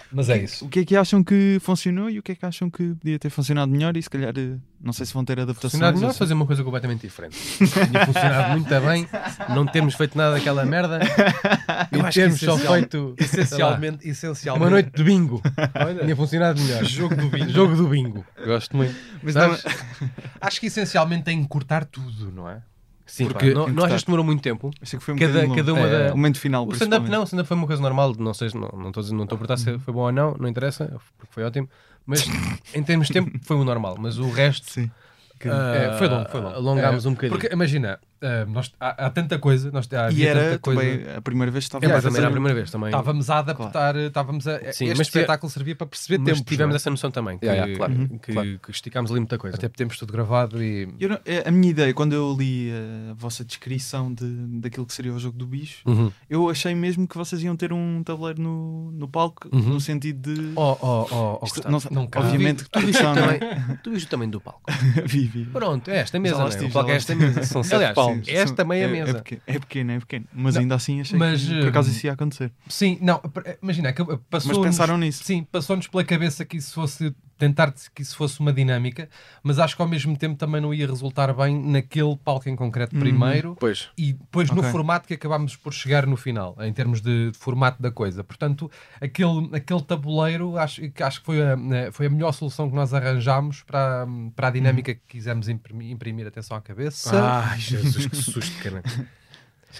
S3: Mas é isso.
S1: O que é que acham que funcionou e o que é que acham que podia ter funcionado melhor e se calhar, eh, não sei se vão ter adaptações.
S4: Funcionado
S1: ou
S4: melhor
S1: se-
S4: fazer uma coisa completamente diferente. Tinha funcionado muito bem, não termos feito nada daquela merda
S3: Eu
S4: e
S3: acho que
S4: termos só
S3: essencial-
S4: feito
S3: Essencialmente,
S4: essencialmente
S3: essencialmente.
S4: uma noite de bingo.
S3: Olha.
S4: Tinha funcionado melhor. Jogo do bingo. Jogo do bingo.
S3: Gosto muito.
S1: Mas
S3: Sabes?
S1: dá-
S3: Acho que essencialmente tem que cortar tudo, não é?
S4: Sim,
S1: Porque-
S4: porque não, não achas que demorou muito tempo?
S1: achei que foi um
S4: Cada-
S1: bocadinho longo.
S4: cada uma
S1: É,
S4: da-
S1: O momento final,
S4: O stand-up
S1: principalmente.
S4: não, o stand-up foi uma coisa normal, não sei, se- não não estou a dizer- não estou a perguntar se
S3: Uhum.
S4: foi bom ou não, não interessa, porque foi ótimo, mas em termos de tempo foi o normal, mas o resto
S1: Sim.
S4: ah,
S3: É, foi longo, foi longo.
S4: alongámos
S3: É,
S4: um bocadinho.
S3: Porque imagina, ah, nós, há, há tanta cocoisa, nós há,
S1: E
S3: havia
S1: era
S3: tanta coisa.
S1: também a primeira vez que estava
S4: é,
S1: a
S4: mas
S1: fazer-
S4: também
S3: assim,
S4: era a primeira vez também.
S3: Estávamos a adaptar, estávamos a.
S4: Sim,
S3: este
S4: mas tive-
S3: espetáculo servia para perceber
S4: mas
S3: tempos.
S4: tivemos
S3: não é?
S4: essa noção também, que,
S3: Yeah, yeah, claro,
S4: que-
S3: claro.
S4: que esticámos ali muita coisa.
S3: Até porque temos tudo gravado e.
S1: Eu não- é, a minha ideia, quando eu li eh, a vossa descrição de, daquilo que seria o jogo do bicho,
S3: Uhum.
S1: eu achei mesmo que vocês iam ter um tabuleiro no, no palco,
S3: Uhum.
S1: no sentido de.
S3: Oh, oh, oh, oh,
S1: Isto-
S3: Gustavo,
S1: não-
S3: não cabe.
S1: obviamente que
S4: Tu viste,
S1: produção, não é?
S4: também, tu viste também do palco.
S1: Vi, vi.
S4: Pronto, é esta mesa,
S1: Já
S4: não
S1: lá
S4: é?
S1: estive,
S4: o palco
S1: já
S4: é
S1: lá
S4: esta
S1: estive.
S4: mesa. São
S1: Sete
S4: Aliás,
S1: palmos.
S4: esta também é a
S1: É
S4: mesa. eh,
S1: pequeno, é pequeno, é pequeno. Mas ainda assim achei
S3: mas,
S1: que por acaso
S3: hum,
S1: isso ia acontecer.
S3: Sim, não, per- imagina, acabou- passou
S1: Mas pensaram nisso.
S3: Sim, passou-nos pela cabeça que isso fosse tentar que isso fosse uma dinâmica, mas acho que ao mesmo tempo também não ia resultar bem naquele palco em concreto
S4: Uhum.
S3: primeiro
S4: Pois.
S3: e depois no
S1: Ok.
S3: formato que acabámos por chegar no final, em termos de, de formato da coisa. Portanto, aquele, aquele tabuleiro acho, que acho que foi a, né, foi a melhor solução que nós arranjámos para, para a dinâmica que quisemos imprimir, imprimir atenção à cabeça.
S4: Ai, Jesus, que susto, cara.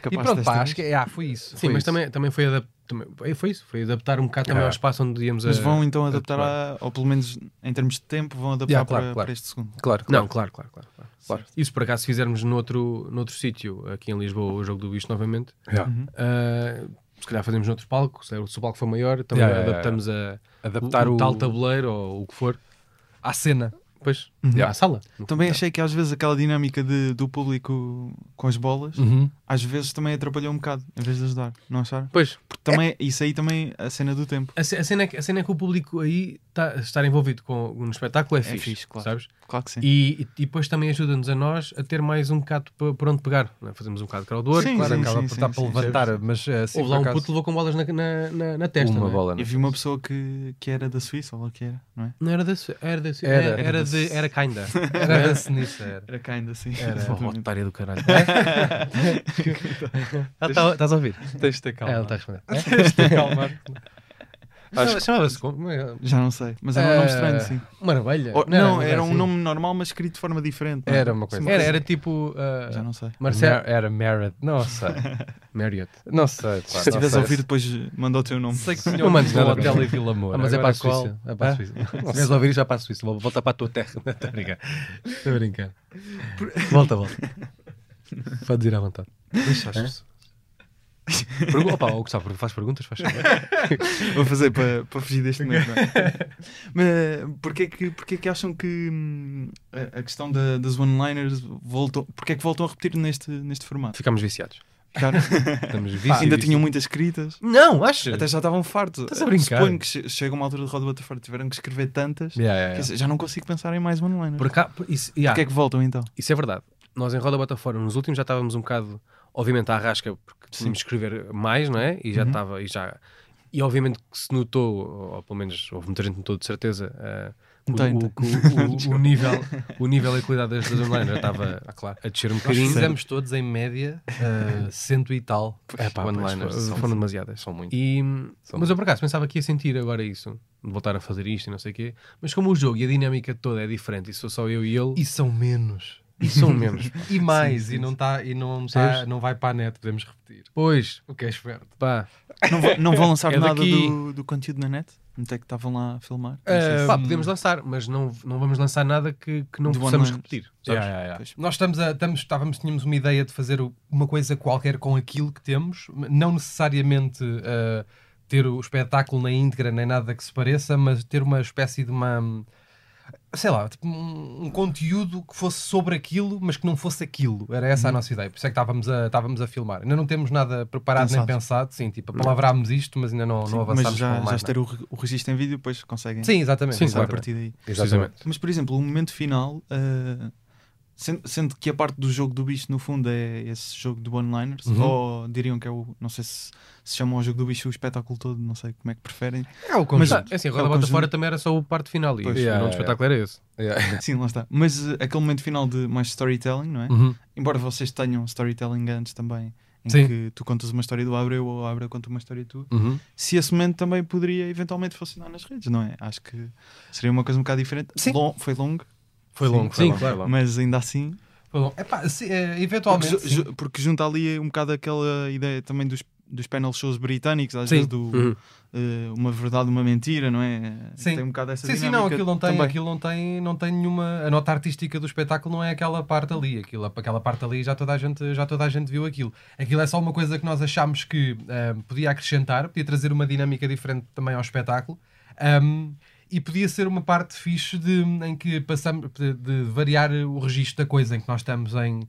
S3: e pronto, pá, acho que é, ah, foi isso.
S4: Sim,
S3: foi
S4: mas
S3: isso.
S4: também, também foi, adap- também- eh, foi- foi isso, foi adaptar um bocado também
S3: Ah.
S4: ao espaço onde íamos a...
S1: Mas vão então
S4: a
S1: adaptar,
S4: tomar.
S1: a- ou pelo menos em termos de tempo, vão adaptar
S3: Yeah, claro,
S1: para,
S3: claro.
S1: para este segundo.
S3: Claro,
S4: Não, claro, claro, claro. claro, claro. E se por acaso fizermos noutro, noutro sítio, aqui em Lisboa, o jogo do bicho novamente, ah, se calhar fazemos noutro palco, se se o palco for maior, também
S3: Yeah, yeah,
S4: adaptamos a
S3: Adaptar
S4: o,
S3: o-
S4: tal tabuleiro ou o que for
S3: À cena.
S4: Pois,
S1: Uhum.
S4: à sala. no
S1: Também
S4: quintal.
S1: achei que às vezes aquela dinâmica de- do público com as bolas,
S4: Uhum.
S1: às vezes também atrapalhou um bocado, em vez de ajudar, não acharam?
S4: Pois,
S1: Porque
S3: É.
S1: também, isso aí também, a cena do tempo.
S4: a ce- a cena, é que- a cena é que o público aí tá, estar envolvido com, no espetáculo é fixe,
S1: fixe, claro.
S4: sabes?
S1: Claro que sim.
S4: E, e depois também ajuda-nos a nós a ter mais um bocado pa- por onde pegar. não é? Fazemos um bocado de crowdwork,
S1: Sim,
S4: claro.
S1: sim,
S3: acaba
S1: sim,
S3: por estar
S1: sim,
S3: para
S1: sim,
S3: levantar, mas eh, assim,
S4: Houve lá
S3: por
S4: um
S3: acaso,
S4: puto que levou com bolas na, na, na, na testa.
S3: uma
S4: não é?
S3: bola. não é?
S1: Eu vi uma pessoa que, que era da Suíça, ou lá que era, não é?
S4: Não era da Su- era da Su-
S3: Era.
S4: era, era de era kinda.
S3: Era da sinistra. era.
S1: Era cá ainda assim.
S4: Era é?
S1: Exatamente.
S4: otária do caralho.
S1: Tá,
S4: Estás a ouvir?
S3: Tens de ter
S4: Ah, Ela
S3: calma.
S4: está a responder.
S3: calmar.
S4: Chama- Chamava-se como? Uma-
S1: Já não sei, mas era um nome estranho,
S3: É.
S4: Eh,
S1: sim.
S4: Uma maravilha.
S1: Ou- não, era um
S4: assim.
S1: nome normal, mas escrito de forma diferente. não é?
S3: Era uma coisa assim.
S4: Era, era tipo.
S1: Já
S4: Uh,
S1: não sei.
S4: Marcelo.
S3: Mar- Era Meredith. Não sei.
S4: Marriott.
S3: Não sei. pá,
S1: Se
S3: não
S1: estiveres a
S3: sei.
S1: ouvir, depois manda o teu nome.
S3: Sei que
S4: Não mandes
S3: tinha um
S4: nada,
S3: hotel
S4: bro.
S3: em Vila Moura.
S4: Ah, mas é para
S3: Agora
S4: a Suíça.
S3: qual?
S4: É para
S3: Ah?
S4: a Suíça. Se vês a ouvir, isto, vai para a Suíça. Vou- Volta para a tua terra. Tá Não estou a brincar. Estou a brincar. Volta, volta. Podes ir à vontade.
S3: Deixa as pessoas.
S4: Pergu opa, o Gustavo, faz perguntas? Faz favor.
S1: Vou fazer para, para fugir deste momento. não é? Mas porquê que, porquê que acham que hum, a, a questão da- das one-liners voltou? Porquê é que voltam a repetir neste, neste formato?
S4: Ficámos viciados.
S1: Ficaram-
S4: Estamos
S1: Pá,
S4: viciados.
S1: ainda tinham muitas escritas.
S4: Não, acho.
S1: Até já estavam fartos.
S4: Estás a brincar?
S1: Suponho que che- chega uma altura de Roda Bota Forte, tiveram que escrever tantas.
S3: Yeah, yeah,
S1: que
S3: yeah.
S1: assim, Já não consigo pensar em mais one-liners.
S4: Por cá, por- isso, yeah,
S1: Porquê é que voltam então?
S4: isso é verdade. Nós em Roda Bota Fora, nos últimos já estávamos um bocado, obviamente, à rasca, porque tínhamos que escrever mais, não é?
S3: Uhum.
S4: E já estava, e já. E obviamente que se notou, ou, ou pelo menos houve muita gente que notou de certeza, eh, o,
S1: Então,
S4: o-
S1: então.
S4: o- o- o nível, o nível e a qualidade das, das online já estava ah, claro, a descer um
S3: Nós
S4: bocadinho.
S3: fizemos todos em média eh, cento e tal.
S4: É pá,
S3: One
S4: pois,
S3: liners.
S4: foram, foram demasiadas.
S3: São muito.
S4: E-
S3: São
S4: mas eu por acaso pensava que ia sentir agora isso, de voltar a fazer isto e não sei o quê. Mas como o jogo e a dinâmica toda é diferente, e sou só eu e ele,
S3: E são menos.
S4: e são menos. pá.
S3: E mais. E não tá- e não tá- não vai para a net, podemos repetir.
S4: Pois,
S3: O que é esperto.
S4: pá,
S1: Não, vão- não vão lançar
S4: É
S1: nada
S4: daqui- É.
S1: do, do conteúdo na net? Onde é que estavam lá a filmar? Não sei se-
S4: pá, podemos lançar, mas não, não vamos lançar nada que, que não
S1: De
S4: possamos
S1: online.
S4: repetir.
S3: Sabes?
S4: sabes?
S1: Pois.
S3: Nós estamos a, estamos, estávamos, tínhamos uma ideia de fazer o- uma coisa qualquer com aquilo que temos, não necessariamente uh, ter o espetáculo na íntegra nem nada que se pareça, mas ter uma espécie de uma. Sei lá, tipo, um, um conteúdo que fosse sobre aquilo, mas que não fosse aquilo. Era essa
S1: Uhum.
S3: a nossa ideia. Por isso é que estávamos a, estávamos a filmar. Ainda não temos nada preparado nem
S1: Pensado. Uhum.
S3: pensado. Sim, tipo, palavrámos isto, mas ainda não,
S1: Sim,
S3: não avançámos
S1: mas já,
S3: com
S1: já
S3: mais
S1: ter o, re- o registro em vídeo, depois conseguem
S3: nada. Sim, exatamente.
S4: é? Sim,
S1: pensar a
S4: claro.
S3: exatamente.
S1: partir daí.
S4: Precisamente.
S1: Mas, por exemplo, o momento final, ah, sendo, sendo que a parte do jogo do bicho, no fundo, é esse jogo do one-liners,
S3: Uhum.
S1: ou diriam que é o. Não sei se, se chamam o jogo do bicho o espetáculo todo, não sei como é que preferem.
S3: É o
S1: Mas-
S4: Mas,
S3: conjunto.
S4: é assim,
S1: É
S4: a roda
S1: o
S4: bota
S1: conjunto.
S4: fora também era só o parte final. E
S1: Pois.
S4: o
S3: Yeah,
S4: nome do
S3: yeah,
S4: espetáculo era esse.
S1: Sim, lá está. Mas ah, aquele momento final de mais storytelling, não é?
S3: Uhum.
S1: Embora vocês tenham storytelling antes também, em
S3: Sim.
S1: que tu contas uma história do Abreu ou o Abreu conta uma história tua,
S3: Uhum.
S1: se esse momento também poderia eventualmente funcionar nas redes, não é? Acho que seria uma coisa um bocado diferente.
S3: Sim.
S1: Lon- foi longo,
S3: Foi
S4: Sim,
S3: longo, foi
S4: sim,
S3: longo,
S4: claro.
S3: foi longo.
S1: mas ainda assim
S3: Epá, se- eh,
S1: Porque,
S3: eventualmente.
S1: ju- ju- porque junta ali um bocado aquela ideia também dos, dos panel shows britânicos, às
S4: Sim.
S1: vezes do
S4: Uhum.
S1: eh, uma verdade, uma mentira, não é?
S3: Sim.
S1: Tem um bocado essa
S3: Sim, sim,
S1: dinâmica
S3: não, aquilo não, tem,
S1: também.
S3: aquilo não tem, não tem nenhuma. A nota artística do espetáculo não é aquela parte ali. Aquilo, aquela parte ali já toda, a gente, já toda a gente viu aquilo. Aquilo é só uma coisa que nós achámos que ahm, podia acrescentar, podia trazer uma dinâmica diferente também ao espetáculo. Ahm, e podia ser uma parte fixe de, em que passamos de, de variar o registro da coisa em que nós estamos em,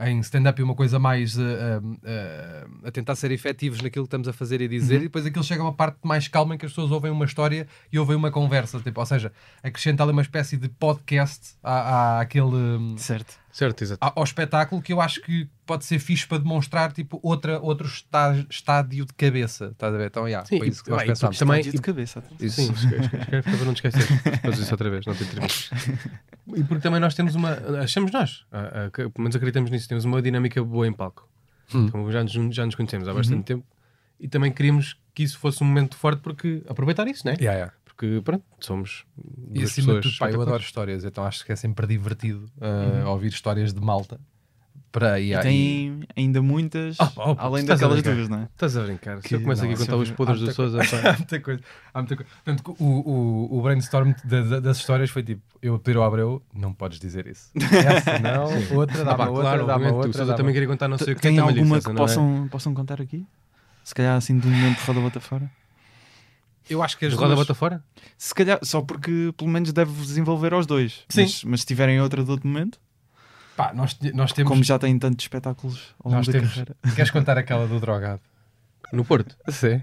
S3: em stand-up e uma coisa mais ah, ah, ah, a tentar ser efetivos naquilo que estamos a fazer e dizer,
S4: Uhum.
S3: e depois aquilo chega a uma parte mais calma em que as pessoas ouvem uma história e ouvem uma conversa, tipo, ou seja, acrescenta ali uma espécie de podcast à, à- àquele, hum,
S1: Certo.
S4: Certo, exato.
S3: a- ao espetáculo que eu acho que pode ser fixe para demonstrar tipo, outra, outro está- estádio de cabeça. Estás a ver? Então, yeah,
S4: Sim,
S3: foi isso que
S4: e-
S3: nós
S4: bem, e
S3: pensámos.
S4: também-
S1: Estádio é de cabeça. até.
S4: Isso. Sim, escreve, escreve, para não te esquecer. Faz isso outra vez, não te entrevistas. E porque também nós temos uma. Achamos nós, ah, ah, que- pelo menos acreditamos nisso, temos uma dinâmica boa em palco. Então, já, nos, já nos conhecemos há bastante tempo e também queríamos que isso fosse um momento forte porque aproveitar isso, né?
S3: Yeah, yeah.
S4: Porque pronto, somos.
S3: E
S4: duas
S3: acima de tudo,
S4: pessoas
S3: pá, eu
S4: espetaculares.
S3: adoro histórias, então acho que é sempre divertido uh, ouvir histórias de malta. Para, yeah, e-
S1: Tem ainda muitas,
S4: Ah, pá, oh, pá,
S1: além
S4: estás a
S1: daquelas
S4: brincar.
S1: duas, não é?
S4: Estás a brincar.
S1: Que-
S4: Se eu começo
S1: não,
S4: aqui a
S1: assim,
S4: contar os podres
S3: há
S4: do
S3: muita
S4: Sousa,
S3: há muita coisa. Há muita coisa. Portanto, o, o, o brainstorm da- da- das histórias foi tipo: eu a pedir ao Abreu, não podes dizer
S4: é
S3: isso. Essa não, outra, dá-me outra, dá-me
S4: o
S3: outra.
S4: Sousa
S3: Dá
S4: também queria contar não sei o que.
S1: Tem
S4: também lhe
S1: alguma
S4: disse,
S1: que
S4: não é?
S1: possam, possam contar aqui? Se calhar assim de um momento de roda bota fora.
S3: Eu acho que as
S4: Roda
S3: duas...
S4: bota fora?
S1: Se calhar, só porque pelo menos deve-vos envolver aos dois.
S3: Sim.
S1: Mas, mas se tiverem outra de outro momento,
S3: Pá, nós, te- nós temos...
S1: como já têm tantos espetáculos ao longo
S3: Nós
S1: da
S3: temos-
S1: carreira.
S3: Queres contar aquela do drogado?
S4: No Porto?
S3: Sim.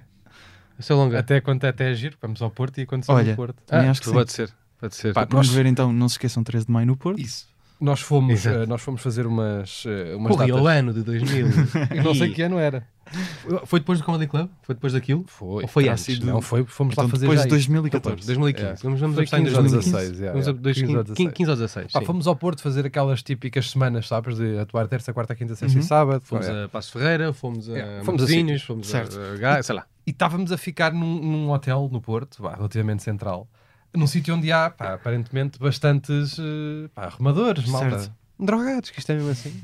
S4: A seu longa. Ah,
S3: Até quando até é giro, vamos ao Porto e aconteceu
S1: Olha,
S3: no Porto.
S1: também acho que sim.
S4: pode ser. Pode ser. Tipo,
S3: Pá,
S1: Vamos
S3: nós-
S1: ver então, não se esqueçam 13 de maio no Porto.
S3: Isso. Nós fomos,
S4: Exato.
S3: eh, nós fomos fazer umas, eh, umas
S4: Porra, e
S3: datas.
S4: o ano de 2000.
S3: Eu não sei que ano era.
S4: Foi depois do Comedy Club? Foi depois daquilo?
S3: Foi.
S4: Ou foi
S3: antes?
S4: ácido?
S3: Não, foi, fomos
S1: Então,
S3: lá fazer
S1: depois
S3: já
S1: de
S3: isso.
S1: 2014.
S4: 2015.
S3: É.
S4: Vamos, vamos
S3: Foi
S4: apostar em
S3: 2015.
S4: 2016. yeah,
S3: Vamos a
S4: yeah.
S3: 2015,
S4: 15, 15 é. ou 16.
S3: Pá,
S4: sim.
S3: fomos ao Porto fazer aquelas típicas semanas, sabes? De atuar terça, quarta, quinta, sexta
S1: Uhum.
S3: e sábado.
S4: Fomos
S3: Foi.
S4: a Passo Ferreira, fomos
S3: É,
S4: a
S3: fomos a
S4: Matosinhos, fomos a,
S1: Certo.
S4: a Gaia, sei lá.
S3: E estávamos a ficar num, num hotel no Porto, vá, relativamente central, num sítio onde há, pá, aparentemente, bastantes eh, pá, arrumadores, malta.
S1: Certo.
S3: Drogados, que isto é mesmo assim.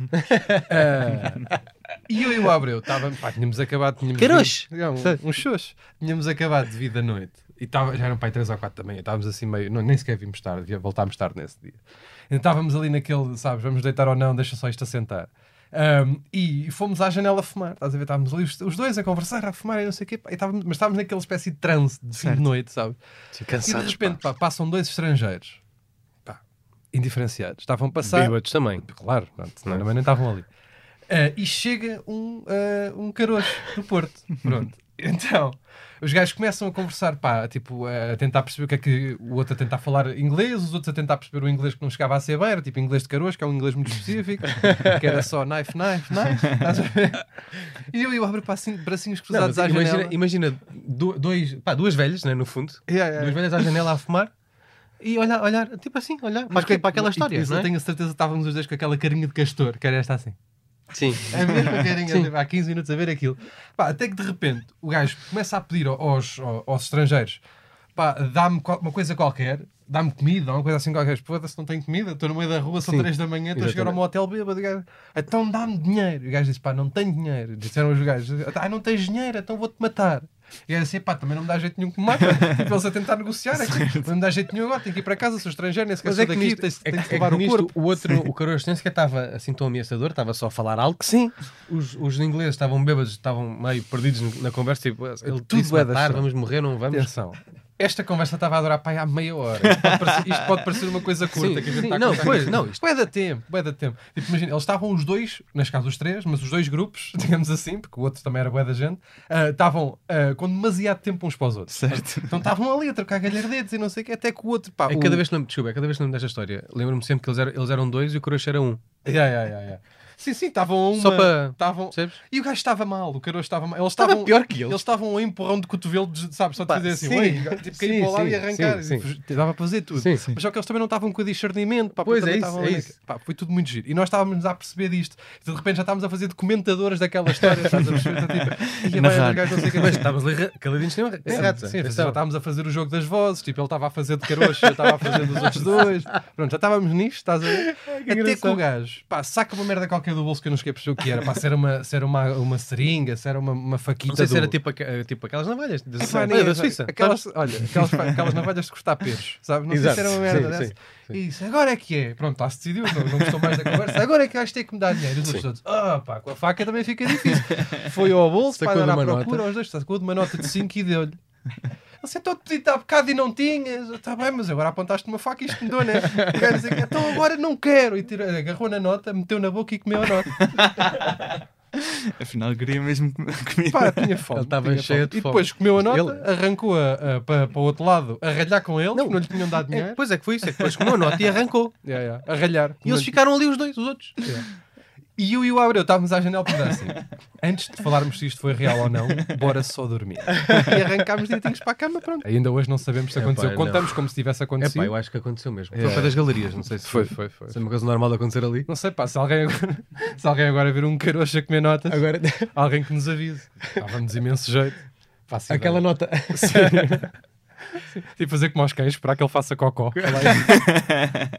S3: Ah, e eu e o Abreu, tava, pá, tínhamos acabado. Tínhamos
S4: Caroche.
S3: É, um, um xoxo. Tínhamos acabado de vir da noite. E tava, já eram pai 3 ou 4 também. Estávamos assim meio. não, nem sequer vimos tarde, via- voltámos tarde nesse dia. Então estávamos ali naquele, sabes, vamos deitar ou não, deixa só isto assentar. Um, e fomos à janela fumar, estás a ver? Estávamos ali os, os dois a conversar, a fumar e não sei o quê, pá, e estávamos- mas estávamos naquela espécie de transe de fim
S1: Certo.
S3: de noite, sabes? e de
S4: Cansados,
S3: repente pá, passam dois estrangeiros, pá, indiferenciados, estavam a passar,
S4: Bêbados também.
S3: Claro, não, senão também nem estavam ali. Ah, e chega um, ah, um caroço do Porto. Pronto. Então, os gajos começam a conversar, pá, tipo, a tentar perceber o que é que o outro a tentar falar inglês, os outros a tentar perceber o inglês que não chegava a ser bem, era tipo inglês de caroço, que é um inglês muito específico, que era só knife, knife, knife. estás a ver? E eu, eu abro passinho- bracinhos
S4: Não,
S3: cruzados
S4: mas
S3: à janela.
S4: imagina, imagina du- dois, pá, duas velhas, né, no fundo,
S3: Yeah, yeah.
S4: duas velhas à janela a fumar e olhar, olhar tipo assim, olhar para, aqu- para aquela história.
S3: Isso
S4: não
S3: eu
S4: é?
S3: tenho a certeza que estávamos os dois com aquela carinha de castor, que era esta assim.
S4: Sim.
S3: A mesma carinha, tipo, há 15 minutos a ver aquilo. Pá, até que de repente o gajo começa a pedir ao- aos, ao- aos estrangeiros: pá, dá-me qual- uma coisa qualquer, dá-me comida, uma coisa assim qualquer. Foda-se, não tenho comida, estou no meio da rua, são
S4: Sim,
S3: 3 da manhã, estou a chegar ao
S4: exatamente.
S3: meu hotel bêbado. o gajo, Então dá-me dinheiro. E O gajo disse: pá, não tenho dinheiro. Disseram os gajos: ah, não tens dinheiro, então vou-te matar. E era assim, pá, também não me dá jeito nenhum que me mata. Tipo, eles a tentar negociar aqui. Não me dá jeito nenhum agora, tenho que ir para casa, sou estrangeiro, nem sequer
S4: Mas
S3: sou
S4: é que
S3: daqui,
S4: nisto,
S3: tens,
S4: é,
S3: tenho
S4: que-
S3: que
S4: é que
S3: roubar o
S4: nisto
S3: corpo.
S4: o outro, o carojo, nem sequer estava assim tão ameaçador, estava só a falar algo.
S3: Sim,
S4: Os, os ingleses estavam bêbados, estavam meio perdidos no- na conversa, tipo, ele
S3: Tudo
S4: tudo
S3: é
S4: vai
S3: da
S4: matar,
S3: chave.
S4: vamos morrer, não vamos. É
S3: Atenção. Esta conversa estava a durar pai há meia hora. Isto pode parecer, isto pode parecer uma coisa curta
S4: Sim,
S3: que a gente
S4: sim,
S3: está a
S4: não,
S3: contar.
S4: pois, não,
S3: isto é da tempo, é da tempo. Tipo, imagina, eles estavam os dois, neste caso os três, mas os dois grupos, digamos assim, porque o outro também era bué da gente, ah, estavam ah, com demasiado tempo uns para os outros.
S1: Certo.
S3: Então estavam ali a trocar galhardetes e não sei o que, até que o outro, pá,
S4: É
S3: Ah, o-
S4: cada vez que lembro, desculpa, é cada vez que lembro desta história, lembro-me sempre que eles eram, eles eram dois e o carojo era um.
S3: Ya, ya, ya, ya. Sim, sim, estavam a uma...
S4: Só para.
S3: Estavam...
S4: Percebes?
S3: E o gajo estava mal, o caroço estava mal. Eles
S4: Estava
S3: estavam
S4: pior que eles.
S3: estavam a empurrão de cotovelo, de- sabe? Só de
S4: Pá,
S3: fazer assim,
S4: sim.
S3: "Oi", tipo, cair
S4: Sim,
S3: para lá
S4: sim,
S3: e arrancar.
S4: sim,
S3: Tipo, Dava para fazer tudo.
S4: Sim, sim.
S3: Mas só que eles também não estavam com o discernimento. Pá,
S4: Pois,
S3: porque também
S4: é isso,
S3: estavam
S4: é
S3: ali-
S4: isso.
S3: Pá, foi tudo muito giro. E nós estávamos a perceber disto. E de repente já estávamos a fazer documentadoras daquela história. estás a perceber? Então, tipo, "Ia bem,
S1: Narrar.
S3: os gajos não sei o que
S4: Mas estávamos ali, ra- caladinhos tinham
S3: Sim,
S4: ratos.
S3: sim, já estávamos a fazer o jogo das vozes, tipo, ele estava a fazer de caroço, eu estava a fazer dos outros dois. Pronto, já estávamos nisto, estás a ver? Até que o
S4: Ah, engraçado.
S3: gajo, pá, saca uma merda qualquer do bolso que eu não cheguei a perceber o que era, pá, se era uma, se era uma, uma seringa, se era uma, uma faquita
S4: Não sei se
S3: do-
S4: era tipo, aca- tipo aquelas navalhas da,
S3: É, pá,
S4: olha,
S3: nem-
S4: da Suíça.
S3: Aquelas, olha, aquelas, aquelas navalhas de cortar peros, sabe? Não
S4: Exato.
S3: sei se era uma merda
S4: Sim,
S3: dessa.
S4: sim, sim.
S3: E Isso, agora é que é. Pronto, está-se decidiu, não, não gostou mais da conversa. Agora é que vais ter que me dar dinheiro. E Os outros todos, ah pá, com a faca também fica difícil. Foi ao bolso,
S4: Sacou
S3: para
S4: de
S3: dar à
S4: uma
S3: procura,
S4: nota.
S3: aos dois, sacou de uma nota de 5 e deu-lhe. Ele "Então sentou-te pedir "Tá, há bocado e não tinhas. Está bem, mas agora apontaste uma faca e isto me deu, né? O gajo dizia, Então agora não quero. E tirou, agarrou na nota, meteu na boca e comeu a nota.
S1: Afinal, eu queria mesmo com- comigo.
S3: Pá, tinha fome.
S4: Ele estava
S3: tinha
S4: cheio
S3: fome.
S4: de
S3: E
S4: fome.
S3: depois comeu a nota,
S4: Ele-
S3: arrancou-a a, para, para o outro lado a ralhar com ele, não,
S4: Não.
S3: não lhe tinham dado dinheiro.
S4: É, pois é que foi isso, é que depois comeu a nota e arrancou.
S3: Yeah, yeah, A ralhar.
S4: E eles
S3: Mas-
S4: ficaram ali os dois, os outros.
S3: E eu e o Abreu estávamos à janela para assim. Antes de falarmos se isto foi real ou não, bora só dormir. E arrancámos direitinhos para a cama, pronto. Ainda hoje não sabemos se
S4: É,
S3: aconteceu.
S4: pá, não.
S3: Contamos como se tivesse
S4: É
S3: acontecido.
S4: pá, eu acho que aconteceu mesmo.
S3: É.
S4: Foi para das galerias, não sei se
S3: Foi, foi,
S4: foi.
S3: foi.
S4: Se é uma coisa normal de acontecer ali.
S3: Não sei, pá, se alguém agora, se alguém agora vir um caroço a comer notas,
S4: Agora,
S3: alguém que nos avise. Estávamos imenso jeito. Faço
S4: aquela
S3: ideia.
S4: nota.
S3: Tipo fazer como aos cães, esperar que ele faça cocó.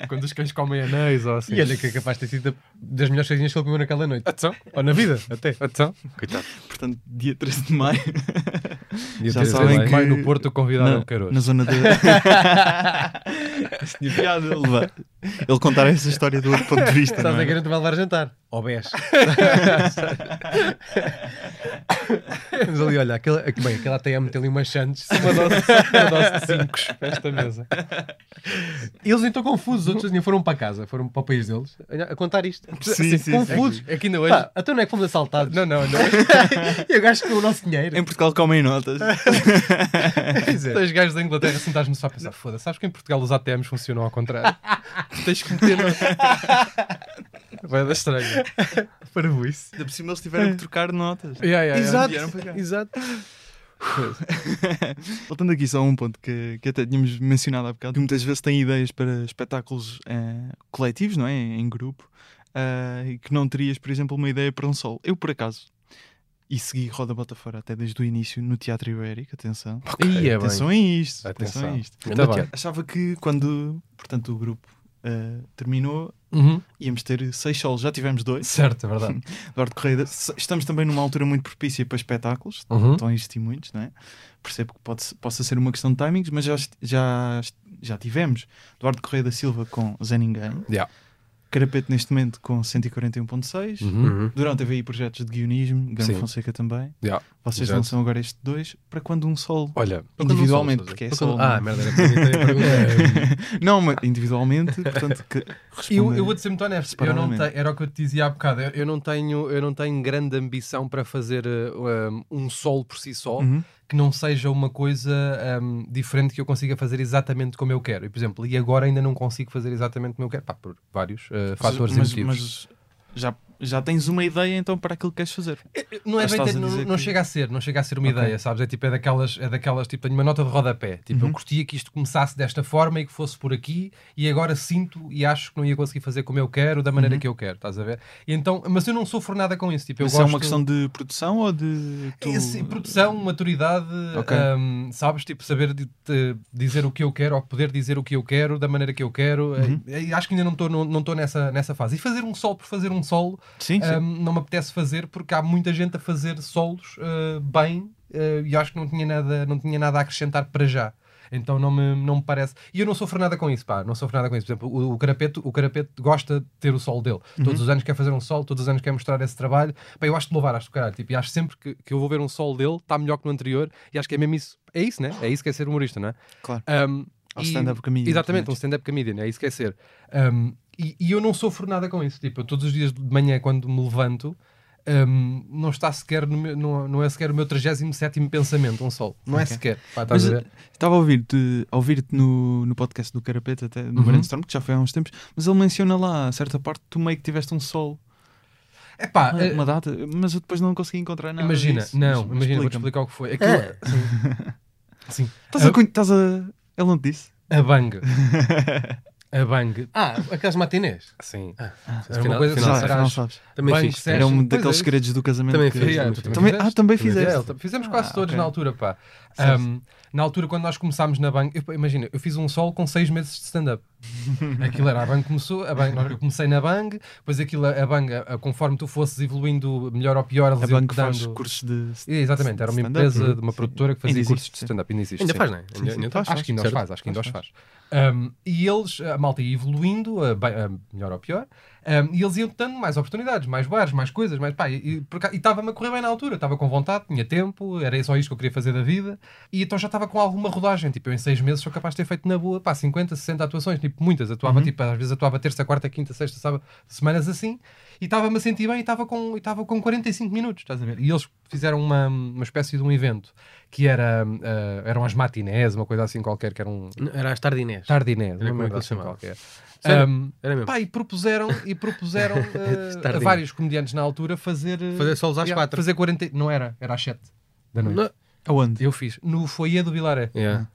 S3: Quando os cães comem anéis ou assim.
S4: E olha que é capaz de ter sido da- das melhores coisinhas que ele comeu naquela noite.
S3: Atenção,
S4: Ou na vida, até.
S3: atenção.
S4: Coitado.
S1: Portanto, dia 13 de maio, Já
S3: Atenção,
S1: sabem
S3: em
S1: que-
S3: maio no Porto, o convidado é
S1: na,
S3: o caroço.
S1: na zona da. Isso tinha tipo piada, levar. Ele contar essa história do outro ponto de vista.
S4: Estás
S1: não
S4: a
S1: é?
S4: querer te vai levar a jantar? Obés. Mas ali, olha, aquele, aqui- bem, aquela até ia meter ali umas chantes, uma dose, uma dose de cinco para esta mesa. Eles nem estão confusos, outros nem foram para casa, foram para o país deles a a contar isto.
S1: Sim, sim,
S4: confusos.
S1: sim.
S4: É que ainda hoje. Pá, até não é que fomos assaltados. Não, não, não. Eu gasto com o nosso dinheiro.
S1: Em Portugal comem notas.
S4: Pois é.
S3: Dois gajos da Inglaterra sentados-me só a pensar: foda-se, sabes que em Portugal os ATMs funcionam ao contrário? Tens que meter. no- Vai dar estranho.
S4: Para isso.
S1: Ainda por cima eles tiveram que trocar notas.
S4: Yeah, yeah,
S1: Exato,
S4: yeah. Exato.
S1: Voltando aqui só a um ponto que, que até tínhamos mencionado há bocado, que muitas vezes têm ideias para espetáculos eh, coletivos, não é? Em grupo, eh, e que não terias, por exemplo, uma ideia para um solo. Eu, por acaso, e segui Roda Bota Fora até desde o início no Teatro Ibérico, atenção.
S4: Aí é bem.
S1: Atenção a isto, atenção,
S3: Atenção.
S1: a isto.
S4: Ainda
S3: bem.
S4: Tá bem.
S1: Achava que quando, portanto, o grupo eh, terminou,
S3: Uhum.
S1: íamos ter seis solos, já tivemos dois.
S3: Certo, é verdade.
S1: Eduardo Correia, da- se- estamos também numa altura muito propícia para espetáculos,
S3: Uhum.
S1: estão a investir muitos, não é? Percebo que pode, se- possa ser uma questão de timings, mas já, est- já, est- já tivemos Eduardo Correia da Silva com Zé Ninguém,
S3: Yeah.
S1: Carapete neste momento com 141.6,
S3: Uhum.
S1: Durante teve aí projetos de guionismo, Gama
S3: Sim.
S1: Fonseca também.
S3: Yeah.
S1: Vocês
S3: Exato.
S1: lançam agora estes dois para quando um sol.
S3: Olha,
S1: Individualmente, porque é
S4: Para
S1: só.
S4: quando- Ah, merda, era para mim, era para mim.
S3: Ah, é.
S1: Não, mas individualmente, portanto, que
S3: Eu,
S1: responda-
S3: eu vou dizer muito honesto, eu não
S1: Separadamente.
S3: te- era o que eu te dizia há bocado, eu, eu não, tenho, eu não tenho grande ambição para fazer eh, um, um solo por si só,
S1: Uhum.
S3: que não seja uma coisa ehm, diferente que eu consiga fazer exatamente como eu quero. E, por exemplo, e agora ainda não consigo fazer exatamente como eu quero, pá, por vários eh, fatores
S1: mas,
S3: emotivos.
S1: mas já, já tens uma ideia então para aquilo que queres fazer.
S3: Não, é
S1: Mas
S3: bem
S1: estás
S3: ter-
S1: a
S3: não,
S1: dizer
S3: não
S1: que-
S3: chega a ser, não chega a ser uma
S1: Ok.
S3: ideia, sabes? É tipo, é daquelas, é daquelas, tipo, tenho uma nota de rodapé. Tipo,
S1: Uhum.
S3: eu gostaria que isto começasse desta forma e que fosse por aqui, e agora sinto e acho que não ia conseguir fazer como eu quero, da
S1: Uhum.
S3: maneira que eu quero, estás a ver? E então, mas eu não sofro nada com isso. Tipo, eu
S1: Isso
S3: gosto... É assim,
S1: é uma questão de produção ou de. tu-
S3: Esse- produção, maturidade,
S1: Ok.
S3: hum, sabes? Tipo, saber di- te- dizer o que eu quero ou poder dizer o que eu quero da maneira que eu quero.
S1: Uhum.
S3: Eh, eh, Acho que ainda não estou não, não tô nessa, nessa fase. E fazer um solo por fazer um solo
S1: Sim, sim.
S3: hum, não me apetece fazer porque há muita gente a fazer solos eh, bem eh, e acho que não tinha, nada, não tinha nada a acrescentar para já. Então não me, não me parece. E eu não sofro nada com isso, pá. Não sofro nada com isso. Por exemplo, o, o Carapeto, o Carapeto gosta de ter o sol dele.
S1: Uhum.
S3: Todos os anos quer fazer um sol, todos os anos quer mostrar esse trabalho. Pá, eu acho de louvar, acho do caralho. Tipo, e acho sempre que, que eu vou ver um sol dele, está melhor que no anterior. E acho que é mesmo isso. É isso, né? É isso que é ser humorista, não é?
S1: Claro.
S3: Um,
S1: Ao
S3: e-
S1: stand-up comedian,
S3: Exatamente,
S1: também.
S3: um stand-up comedian, é isso que é ser. Um, e, e eu não sofro nada com isso. Tipo, eu todos os dias de manhã, quando me levanto, um, não está sequer no meu- não, não é sequer o meu 37 pensamento, um sol. Não é
S1: Ok.
S3: sequer. Pá, estás
S1: Mas
S3: a
S1: eh,
S3: ver?
S1: estava a ouvir-te a ouvir-te no, no podcast do Carapeta, até
S3: Uhum.
S1: no Brainstorm, que já foi há uns tempos, mas ele menciona lá, a certa parte, tu meio que tiveste um sol,
S3: É pá,
S1: uma,
S3: eh,
S1: uma data, mas eu depois não consegui encontrar nada.
S3: imagina,
S1: disso.
S3: não,
S1: Mas- mas
S3: imagina, vou te
S1: explica-me.
S3: explicar o que foi. Aquilo é. Sim.
S1: Estás a, conhe- estás a. Ele não te disse?
S3: A bang. A bang.
S4: Ah, aquelas matinés.
S3: Sim.
S4: Era
S3: Final-
S4: uma coisa
S3: final
S1: Já,
S3: Não,
S1: já
S3: serás-
S1: não sabes.
S4: Também
S3: Bem,
S4: fiz.
S3: sério.
S1: Era um
S3: Pois
S1: daqueles
S3: é.
S1: segredos do casamento
S4: Também
S1: que-
S4: fiz,
S1: que-
S4: ah, tu
S1: também-
S4: também
S1: Ah, também fizeste.
S3: É, ele- fizemos quase
S1: Ah,
S3: todos
S1: ok.
S3: na altura, pá.
S1: Certo.
S3: Um, na altura, quando nós começámos na banca, eu- imagina, eu fiz um solo com seis meses de stand-up. Aquilo era, a Bang começou, a Bang, eu comecei na Bang, depois aquilo, a Bang, a- conforme tu fosses evoluindo melhor ou pior, eles
S1: A
S3: iam
S1: banco faz
S3: dando-
S1: cursos de.
S3: É, Exatamente, era uma
S1: stand-up.
S3: empresa
S1: Uhum.
S3: de uma
S1: Sim.
S3: produtora que
S1: Ainda
S3: fazia
S1: existe,
S3: cursos de
S1: sim.
S3: stand-up, ainda existe.
S4: Ainda
S3: sim.
S4: faz, não é?
S1: Sim, sim.
S4: Ainda-
S1: Faz,
S3: Acho que ainda os
S1: certo.
S3: faz, acho que ainda os
S1: Faz,
S3: faz. Um, e eles, a malta ia evoluindo, a bem- a melhor ou pior, um, e eles iam dando mais oportunidades, mais bares, mais coisas, mais pá, e por acaso- e estava-me a correr bem na altura, estava com vontade, tinha tempo, era só isto que eu queria fazer da vida, e então já estava com alguma rodagem, tipo, eu em seis meses sou capaz de ter feito na boa, pá, 50, 60 atuações, tipo, muitas, atuava,
S4: Uhum.
S3: tipo, às vezes atuava terça, quarta, quinta, sexta, sábado, semanas assim, e estava-me a sentir bem e estava com, e estava com 45 minutos, estás a ver? E eles fizeram uma, uma espécie de um evento, que era, ah, eram as matinés, uma coisa assim qualquer, que era um
S4: Era as tardinés.
S3: tardinés,
S4: Era
S3: uma
S4: como é que
S3: merda
S4: eles
S3: assim
S4: chamavam.
S3: qualquer.
S4: Sério?
S3: Um,
S4: Era É mesmo. É
S3: Pá, e propuseram, e propuseram eh, a
S4: Tardinés.
S3: vários comediantes na altura fazer... eh,
S4: Fazer solos às
S3: yeah,
S4: quatro.
S3: Fazer 40... Não era, era às 7 da noite.
S4: Não-
S1: Aonde?
S3: Eu fiz, no foyer do Vilaré.
S4: Yeah.